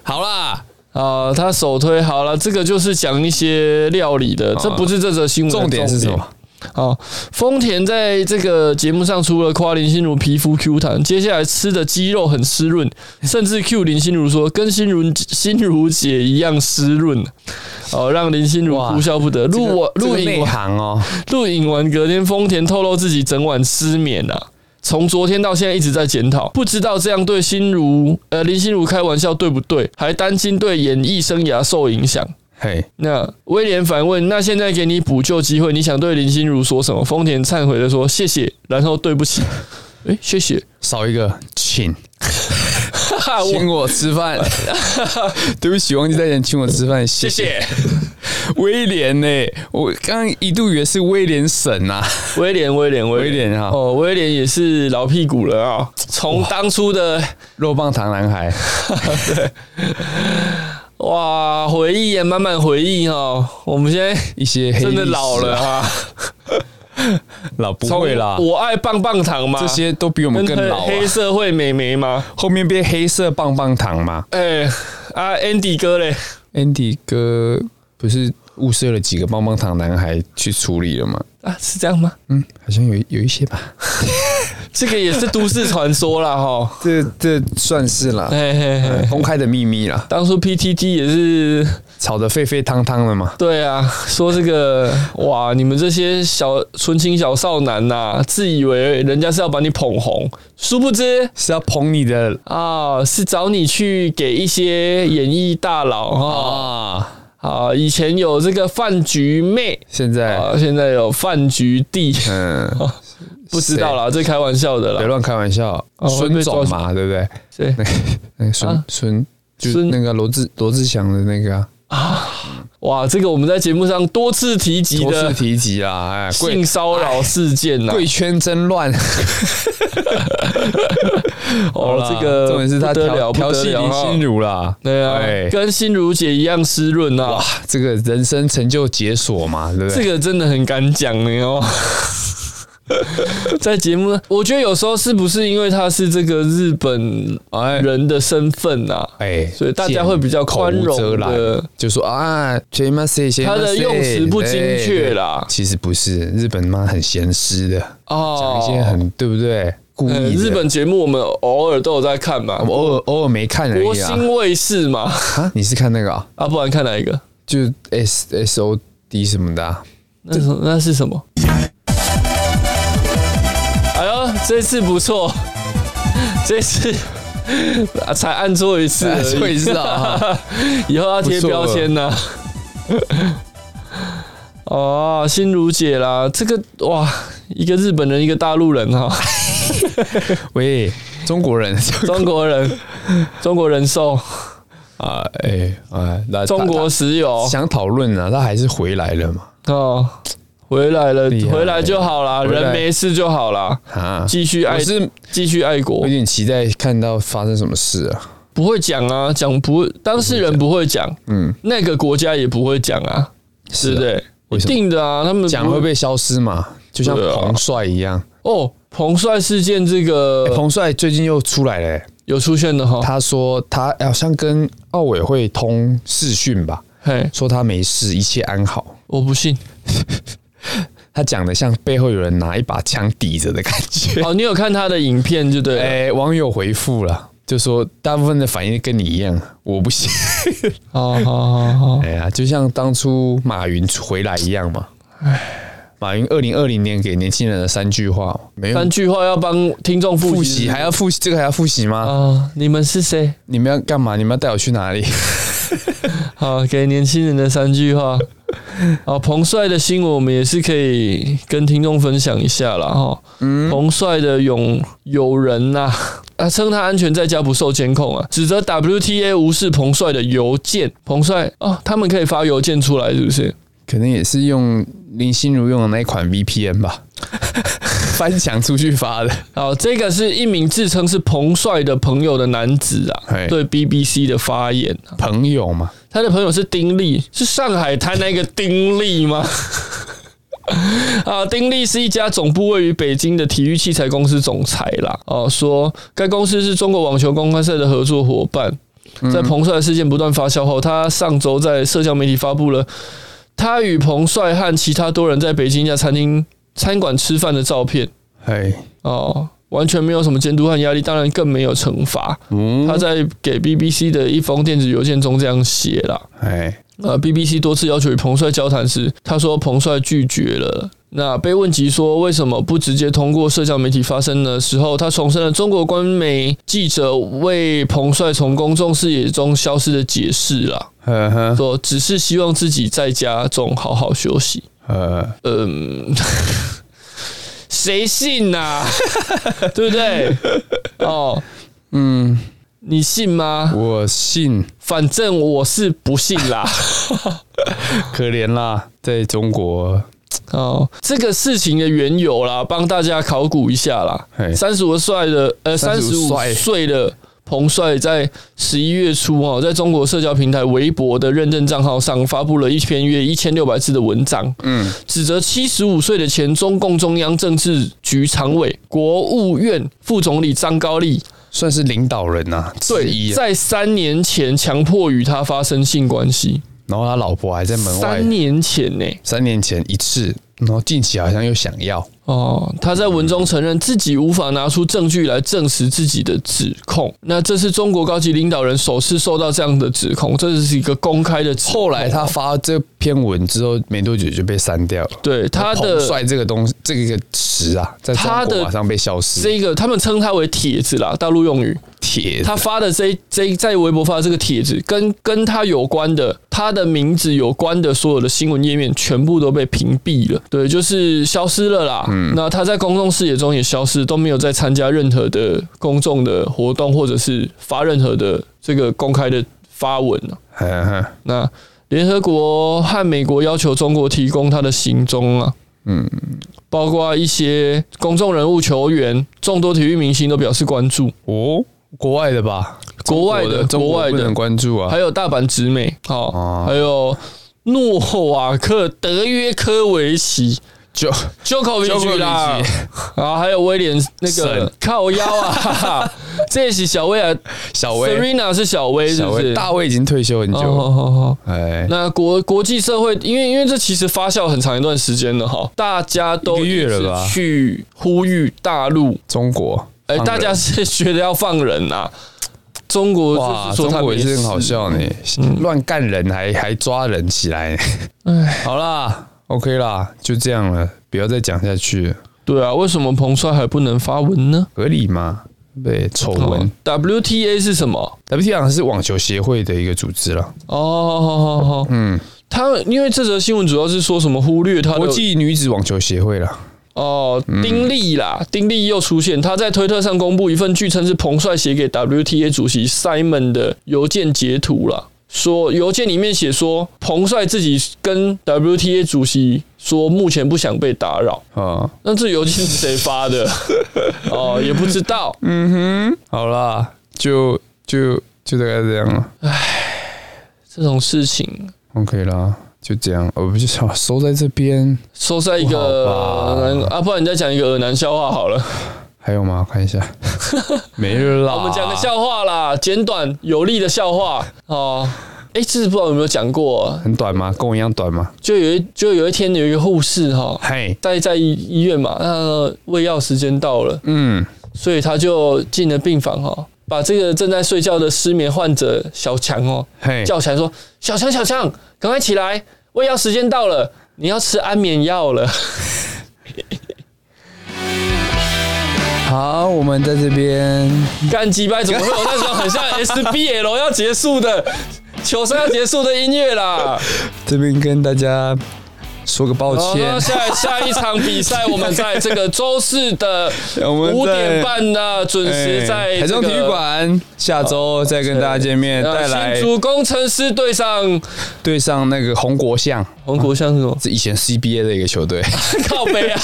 Speaker 1: 好啦，
Speaker 2: 啊！他首推好了，这个就是讲一些料理的，这不是这则新闻的
Speaker 1: 啊重点是什么？
Speaker 2: 哦，丰田在这个节目上除了夸林心如皮肤 Q 弹，接下来吃的鸡肉很湿 润，甚至 Q 林心如说跟心如 心如姐一样湿润，哦，让林心如
Speaker 1: 哇
Speaker 2: 哭笑不得。
Speaker 1: 这个
Speaker 2: 录完
Speaker 1: 这
Speaker 2: 录
Speaker 1: 个
Speaker 2: 影
Speaker 1: 内
Speaker 2: 完
Speaker 1: 行哦，
Speaker 2: 录影完，隔天丰田透露自己整晚失眠啊。从昨天到现在一直在检讨，不知道这样对心如呃林心如开玩笑对不对，还担心对演艺生涯受影响。
Speaker 1: 嘿，
Speaker 2: 那威廉反问：“那现在给你补救机会，你想对林心如说什么？”丰田忏悔的说：“谢谢，然后对不起。”诶，谢谢，
Speaker 1: 少一个请
Speaker 2: 哈哈，我
Speaker 1: 请我吃饭， 对不起，忘记带钱请我吃饭，谢
Speaker 2: 谢谢。
Speaker 1: 威廉呢、我刚刚一度以为是威廉省啊，
Speaker 2: 威廉，威廉，
Speaker 1: 威廉啊
Speaker 2: 哦，威廉也是老屁股了啊、从当初的
Speaker 1: 肉棒糖男孩，
Speaker 2: 哇回忆啊也满满回忆哦，我们现在
Speaker 1: 一些黑
Speaker 2: 真的
Speaker 1: 历史
Speaker 2: 老了
Speaker 1: 啊，
Speaker 2: 啊，
Speaker 1: 老不
Speaker 2: 从
Speaker 1: 会啦，
Speaker 2: 我爱棒棒糖吗？
Speaker 1: 这些都比我们
Speaker 2: 跟
Speaker 1: 更
Speaker 2: 黑
Speaker 1: 老、啊。
Speaker 2: 黑社会美眉吗？
Speaker 1: 后面变黑色棒棒糖嘛
Speaker 2: 哎、啊，Andy 哥嘞，
Speaker 1: ，Andy 哥不是物色了几个棒棒糖男孩去处理了吗？
Speaker 2: 啊是这样吗？
Speaker 1: 嗯，好像有有一些吧，
Speaker 2: 这个也是都市传说啦哈。
Speaker 1: 这这算是啦，
Speaker 2: 嘿嘿嘿，
Speaker 1: 公开的秘密啦，
Speaker 2: 当初 PTT 也是
Speaker 1: 吵得沸沸汤汤的嘛。
Speaker 2: 对啊，说这个哇，你们这些小纯情小少男呐、自以为人家是要把你捧红，殊不知
Speaker 1: 是要捧你的
Speaker 2: 啊，是找你去给一些演艺大佬啊
Speaker 1: 啊！
Speaker 2: 啊，以前有这个饭局妹
Speaker 1: 现在、
Speaker 2: 啊，现在有饭局弟，
Speaker 1: 嗯，
Speaker 2: 不知道啦，这开玩笑的
Speaker 1: 别
Speaker 2: 啦。
Speaker 1: 乱开玩笑，
Speaker 2: 哦会
Speaker 1: 孙
Speaker 2: 被抓
Speaker 1: 总嘛，对不对？
Speaker 2: 对
Speaker 1: 那个那个孙
Speaker 2: 啊
Speaker 1: 孙就是
Speaker 2: 孙
Speaker 1: 那个罗志罗志祥的那个啊，
Speaker 2: 哇，这个我们在节目上多次提及
Speaker 1: 多次
Speaker 2: 的
Speaker 1: 提及啦，哎，贵
Speaker 2: 性骚扰事件呐、
Speaker 1: 贵圈真乱。 好
Speaker 2: 哦
Speaker 1: 啦，
Speaker 2: 这个
Speaker 1: 重点是他
Speaker 2: 不得
Speaker 1: 调
Speaker 2: 了，不
Speaker 1: 调
Speaker 2: 得
Speaker 1: 戏
Speaker 2: 了
Speaker 1: 林
Speaker 2: 哈
Speaker 1: 心如啦，
Speaker 2: 对啊，
Speaker 1: 哎
Speaker 2: 跟心如姐一样湿润啊，
Speaker 1: 这个人生成就解锁嘛，对不
Speaker 2: 这
Speaker 1: 对？
Speaker 2: 个真的很敢讲呢 哦。在节目，我觉得有时候是不是因为他是这个日本
Speaker 1: 哎
Speaker 2: 人的身份呐、啊，
Speaker 1: 哎，
Speaker 2: 所以大家会比较
Speaker 1: 口无
Speaker 2: 宽容
Speaker 1: 遮拦
Speaker 2: 的，
Speaker 1: 就说啊，谁嘛谁谁，
Speaker 2: 他的用词不精确啦
Speaker 1: 对其实不是，日本妈很闲湿的，讲
Speaker 2: 哦
Speaker 1: 一些很对不对？故
Speaker 2: 呃
Speaker 1: 意的
Speaker 2: 日本节目我们偶尔都有在看嘛
Speaker 1: 我，们偶尔偶尔没看而
Speaker 2: 国
Speaker 1: 已啊。
Speaker 2: 新卫视嘛，
Speaker 1: 啊，你是看那个啊？
Speaker 2: 啊，不然看哪一个？
Speaker 1: 就 S S O D 什么的啊、
Speaker 2: 那是什么那是什么？哎呦，这次不错， 这次 啊才按错一次而已，
Speaker 1: 所以是啊，
Speaker 2: 以后要贴标签呢、 哦，心如姐啦，这个哇，一个日本人，一个大陆人哈、
Speaker 1: 喂，中国人
Speaker 2: 中国人，中国人寿，
Speaker 1: 啊，哎啊，那
Speaker 2: 中国石油
Speaker 1: 他想讨论啊，他还是回来了嘛
Speaker 2: 哦，回来了，
Speaker 1: 厉害
Speaker 2: 回来就好啦，
Speaker 1: 回来
Speaker 2: 人没事就好啦，
Speaker 1: 啊。
Speaker 2: 继续
Speaker 1: 我
Speaker 2: 爱，
Speaker 1: 是
Speaker 2: 继续爱国
Speaker 1: 有点期待看到发生什么事啊，
Speaker 2: 不会讲啊，讲不当事人不会讲，
Speaker 1: 嗯，
Speaker 2: 那个国家也不会讲啊，
Speaker 1: 是
Speaker 2: 对
Speaker 1: 啊
Speaker 2: 不对？
Speaker 1: 为
Speaker 2: 一
Speaker 1: 什么
Speaker 2: 定的啊，他们不
Speaker 1: 讲会被消失嘛，就像
Speaker 2: 对啊
Speaker 1: 彭帅一样。
Speaker 2: 哦。彭帅事件这
Speaker 1: 欸
Speaker 2: 个
Speaker 1: 彭帅最近又出来了欸、
Speaker 2: 有出现的哈，
Speaker 1: 他说他好像跟奥委会通视讯吧，
Speaker 2: 嘿，
Speaker 1: 说他没事，一切安好。
Speaker 2: 我 不信。
Speaker 1: 他讲的像背后有人拿一把枪抵着的感觉。
Speaker 2: 哦，你有看他的影片就对了。
Speaker 1: 哎、网友回复了，就说大部分的反应跟你一样，我不信。
Speaker 2: 哦，好好好，
Speaker 1: 哎呀，就像当初马云回来一样嘛。马云二零二零年给年轻人的三句话，没有
Speaker 2: 三句话要帮听众
Speaker 1: 哎复
Speaker 2: 复
Speaker 1: 习，
Speaker 2: 习
Speaker 1: 还要复习，这个还要复习吗？
Speaker 2: 啊？你们是谁？
Speaker 1: 你们要干嘛？你们要带我去哪里？
Speaker 2: 好，给年轻人的三句话。哦，彭帅的新闻我们也是可以跟听众分享一下啦。哈。彭帅的友友人呐、啊，称他安全在家不受监控啊，指责 WTA 无视彭帅的邮件。彭帅哦，他们可以发邮件出来是不是？
Speaker 1: 可能也是用林心如用的那一款 VPN 吧， 翻墙出去发的。
Speaker 2: 好，这个是一名自称是彭帅的朋友的男子啊
Speaker 1: 嘿，
Speaker 2: 对 BBC 的发言啊
Speaker 1: 哎朋友嘛，
Speaker 2: 他的朋友是丁力，是上海滩那个丁力吗？ 啊，丁力是一家总部位于北京的体育器材公司总裁啦。哦，说该公司是中国网球公开赛的合作伙伴。在彭帅事件不断发酵后，他上周在社交媒体发布了他与彭帅和其他多人在北京一家餐厅餐馆吃饭的照片。
Speaker 1: 哎，
Speaker 2: 哦，完全没有什么监督和压力，当然更没有惩罚。
Speaker 1: 嗯，
Speaker 2: 他在给 BBC 的一封电子邮件中这样写啦。
Speaker 1: 哎，
Speaker 2: 呃，BBC 多次要求与彭帅交谈时，他说彭帅拒绝了。那被问及说为什么不直接通过社交媒体发声的时候，他重申了中国官媒记者为彭帅从公众视野中消失的解释啦，
Speaker 1: 呵呵，
Speaker 2: 说只是希望自己在家中好好休息。
Speaker 1: 呃，
Speaker 2: 嗯，谁信呐、对不对？哦，
Speaker 1: 嗯，
Speaker 2: 你信吗？
Speaker 1: 我信，
Speaker 2: 反正我是不信啦。
Speaker 1: 可怜啦，在中国，
Speaker 2: 哦，这个事情的缘由啦，帮大家考古一下啦
Speaker 1: 嘿。
Speaker 2: 三十五岁的呃，三十
Speaker 1: 35
Speaker 2: 五
Speaker 1: 帅
Speaker 2: 岁的彭帅在十一月初哦，在中国社交平台微博的认证账号上发布了一篇约一千六百字的文章，
Speaker 1: 嗯，
Speaker 2: 指责七十五岁的前中共中央政治局常委、国务院副总理张高丽
Speaker 1: 算是领导人呐、啊，之一
Speaker 2: 对，
Speaker 1: 啊。
Speaker 2: 在三年前强迫与他发生性关系，
Speaker 1: 然后他老婆还在门外
Speaker 2: 三，年前呢、
Speaker 1: 三年前一次，然后近期好像又想要，
Speaker 2: 哦，他在文中承认自己无法拿出证据来证实自己的指控。那这是中国高级领导人首次受到这样的指控，这是一个公开的指控。
Speaker 1: 后来他发这篇文之后没多久就被删掉了。
Speaker 2: 对他
Speaker 1: 彭
Speaker 2: 的
Speaker 1: 帅这个东西，这个词啊，在中
Speaker 2: 他
Speaker 1: 国
Speaker 2: 的
Speaker 1: 马上被消失。
Speaker 2: 这个，他们称他为帖子啦，大陆用语。
Speaker 1: 铁
Speaker 2: 他发的这这在微博发的这个帖子，跟跟他有关的，他的名字有关的所有的新闻页面，全部都被屏蔽了。对，就是消失了啦。那他在公众视野中也消失，都没有再参加任何的公众的活动，或者是发任何的这个公开的发文了。
Speaker 1: 呵呵
Speaker 2: 那联合国和美国要求中国提供他的行踪啊，嗯，包括一些公众人物、球员、众多体育明星都表示关注。
Speaker 1: 哦，国外的吧？
Speaker 2: 国外的
Speaker 1: 中国
Speaker 2: 国外
Speaker 1: 不
Speaker 2: 的
Speaker 1: 能关注啊
Speaker 2: 还。有大阪直美，好、
Speaker 1: 哦
Speaker 2: 还有诺瓦克、德约科维奇、
Speaker 1: 就
Speaker 2: Djokovic 啦
Speaker 1: Djokovic，
Speaker 2: 啊，还有威廉那
Speaker 1: 神
Speaker 2: 个靠腰 啊，这是小威啊
Speaker 1: 小威，
Speaker 2: ，Serena 是小威是
Speaker 1: 小
Speaker 2: 不
Speaker 1: 威，
Speaker 2: 是？
Speaker 1: 大卫已经退休很
Speaker 2: 哦，
Speaker 1: 久。
Speaker 2: 好好好。
Speaker 1: 哎，
Speaker 2: 那国国际社会，因为因为这其实发酵很长一段时间了哈，大家都
Speaker 1: 一个月了
Speaker 2: 一直
Speaker 1: 吧
Speaker 2: 去呼吁大陆，
Speaker 1: 中国，
Speaker 2: 哎、
Speaker 1: 放
Speaker 2: 大家
Speaker 1: 人
Speaker 2: 是觉得要放人啊。中国就
Speaker 1: 哇，
Speaker 2: 是说
Speaker 1: 中
Speaker 2: 他
Speaker 1: 国也是很
Speaker 2: 没事嗯
Speaker 1: 好笑呢，乱干人还还抓人起来。好啦，OK 啦，就这样了，不要再讲下去了，
Speaker 2: 对啊，为什么彭帅还不能发文呢？
Speaker 1: 合理吗？对，丑
Speaker 2: 哦
Speaker 1: 闻。
Speaker 2: WTA 是什么？
Speaker 1: WTA 好像是网球协会的一个组织了，
Speaker 2: 哦，好好好，
Speaker 1: 嗯，
Speaker 2: 他因为这则新闻主要是说什么忽略他
Speaker 1: 国
Speaker 2: 的
Speaker 1: 际女子网球协会了。
Speaker 2: 哦，
Speaker 1: 嗯
Speaker 2: 丁力啦，丁力又出现，他在推特上公布一份据称是彭帅写给 WTA 主席 Simon 的邮件截图啦。说邮件里面写说，彭帅自己跟 WTA 主席说，目前不想被打扰。
Speaker 1: 啊，
Speaker 2: 那这邮件是谁 发
Speaker 1: 嗯
Speaker 2: 的？哦，也不知道。
Speaker 1: 好啦，就就就大概这样了。
Speaker 2: 这种事情
Speaker 1: OK 啦，就这样，我不就想收在这边。
Speaker 2: 收在一个
Speaker 1: 不好吧
Speaker 2: 呃难啊，不然你再讲一个耳难笑话好了。
Speaker 1: 还有吗？我 看一下，没了啦。
Speaker 2: 我们讲个，笑话啦，简短有力的笑话哦。哎、这不知道有没有讲过、啊，
Speaker 1: 很短吗？跟我一样短吗？
Speaker 2: 就有一就有一天有一个护士哈、
Speaker 1: 嘿，
Speaker 2: 待在医院嘛，那喂药时间到了，
Speaker 1: 嗯，
Speaker 2: 所以他就进了病房哈、把这个正在睡觉的失眠患者小强哦
Speaker 1: 嘿，
Speaker 2: 叫起来说：“小强，小强，赶快起来，喂药时间到了，你要吃安眠药了。
Speaker 1: 好，我们在这边，”
Speaker 2: 干鸡掰，怎么会有那种很像 SBL 要结束的球赛要结束的音乐啦？
Speaker 1: 这边跟大家说个抱
Speaker 2: 好，
Speaker 1: 歉
Speaker 2: 那，下下一场比赛，我们在这个周四的
Speaker 1: 我们
Speaker 2: 五
Speaker 1: 在
Speaker 2: 点半呢，准时
Speaker 1: 哎
Speaker 2: 在
Speaker 1: 台
Speaker 2: 这
Speaker 1: 中
Speaker 2: 个
Speaker 1: 体育馆，下周再跟大家见面，带
Speaker 2: 呃
Speaker 1: 来
Speaker 2: 新竹工程师对上
Speaker 1: 对上那个红国象，
Speaker 2: 红国像是 什么？
Speaker 1: 是以前 CBA 的一个球 队，是
Speaker 2: 靠背啊，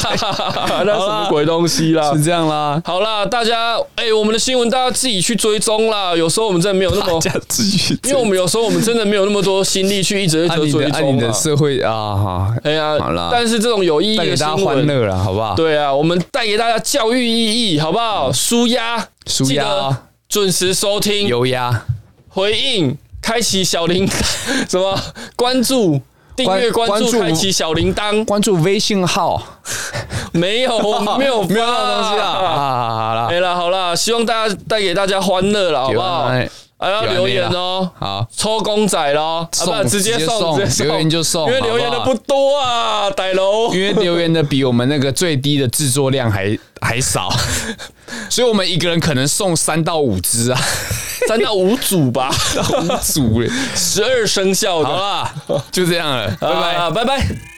Speaker 2: 那什么鬼东西啦？
Speaker 1: 这样啦。
Speaker 2: 好啦，大家，哎、我们的新闻大家自己去追踪啦。有时候我们真的没有那么
Speaker 1: 大，家自己去，
Speaker 2: 因为我们有时候我们真的没有那么多心力去一直去
Speaker 1: 按你
Speaker 2: 追
Speaker 1: 的按
Speaker 2: 踪
Speaker 1: 你
Speaker 2: 嘛
Speaker 1: 的。社会啊哈，
Speaker 2: 哎呀，
Speaker 1: 好啦
Speaker 2: 但是这种有意义
Speaker 1: 带
Speaker 2: 的
Speaker 1: 给
Speaker 2: 新
Speaker 1: 大家欢
Speaker 2: 闻，
Speaker 1: 乐啦，好不好？
Speaker 2: 对啊，我们带给大家教育意义，好不好？舒压，
Speaker 1: 嗯舒
Speaker 2: 记
Speaker 1: 压
Speaker 2: 得嗯准时收听，
Speaker 1: 油压，
Speaker 2: 回应，开启小铃 铛，什么关注。订阅
Speaker 1: 关
Speaker 2: 关
Speaker 1: 关
Speaker 2: 注，
Speaker 1: 注
Speaker 2: 开启小铃铛。
Speaker 1: 关注微信号，
Speaker 2: 没 有，我们没有
Speaker 1: 没有那
Speaker 2: 发
Speaker 1: 种东西啦。啊，好啦，
Speaker 2: 没了，好啦，希望大家带给大家欢乐了，好不好？
Speaker 1: 有啦
Speaker 2: 还要
Speaker 1: 有啦
Speaker 2: 留言哦，
Speaker 1: 好，
Speaker 2: 抽公仔咯，啊，
Speaker 1: 送
Speaker 2: 不，直接
Speaker 1: 直接
Speaker 2: 送，
Speaker 1: 送
Speaker 2: 直接
Speaker 1: 留言就送
Speaker 2: 因为留言的
Speaker 1: 好不
Speaker 2: 不
Speaker 1: 好
Speaker 2: 多啊，歹楼
Speaker 1: 因。为留言的比我们那个最低的制作量还 还少，所以我们一个人可能送三到五只 啊，
Speaker 2: 三到五组吧，
Speaker 1: 五组嘞。
Speaker 2: 十二生肖的，
Speaker 1: 好
Speaker 2: 好啊
Speaker 1: 啦，就这样了，拜拜。
Speaker 2: 拜拜。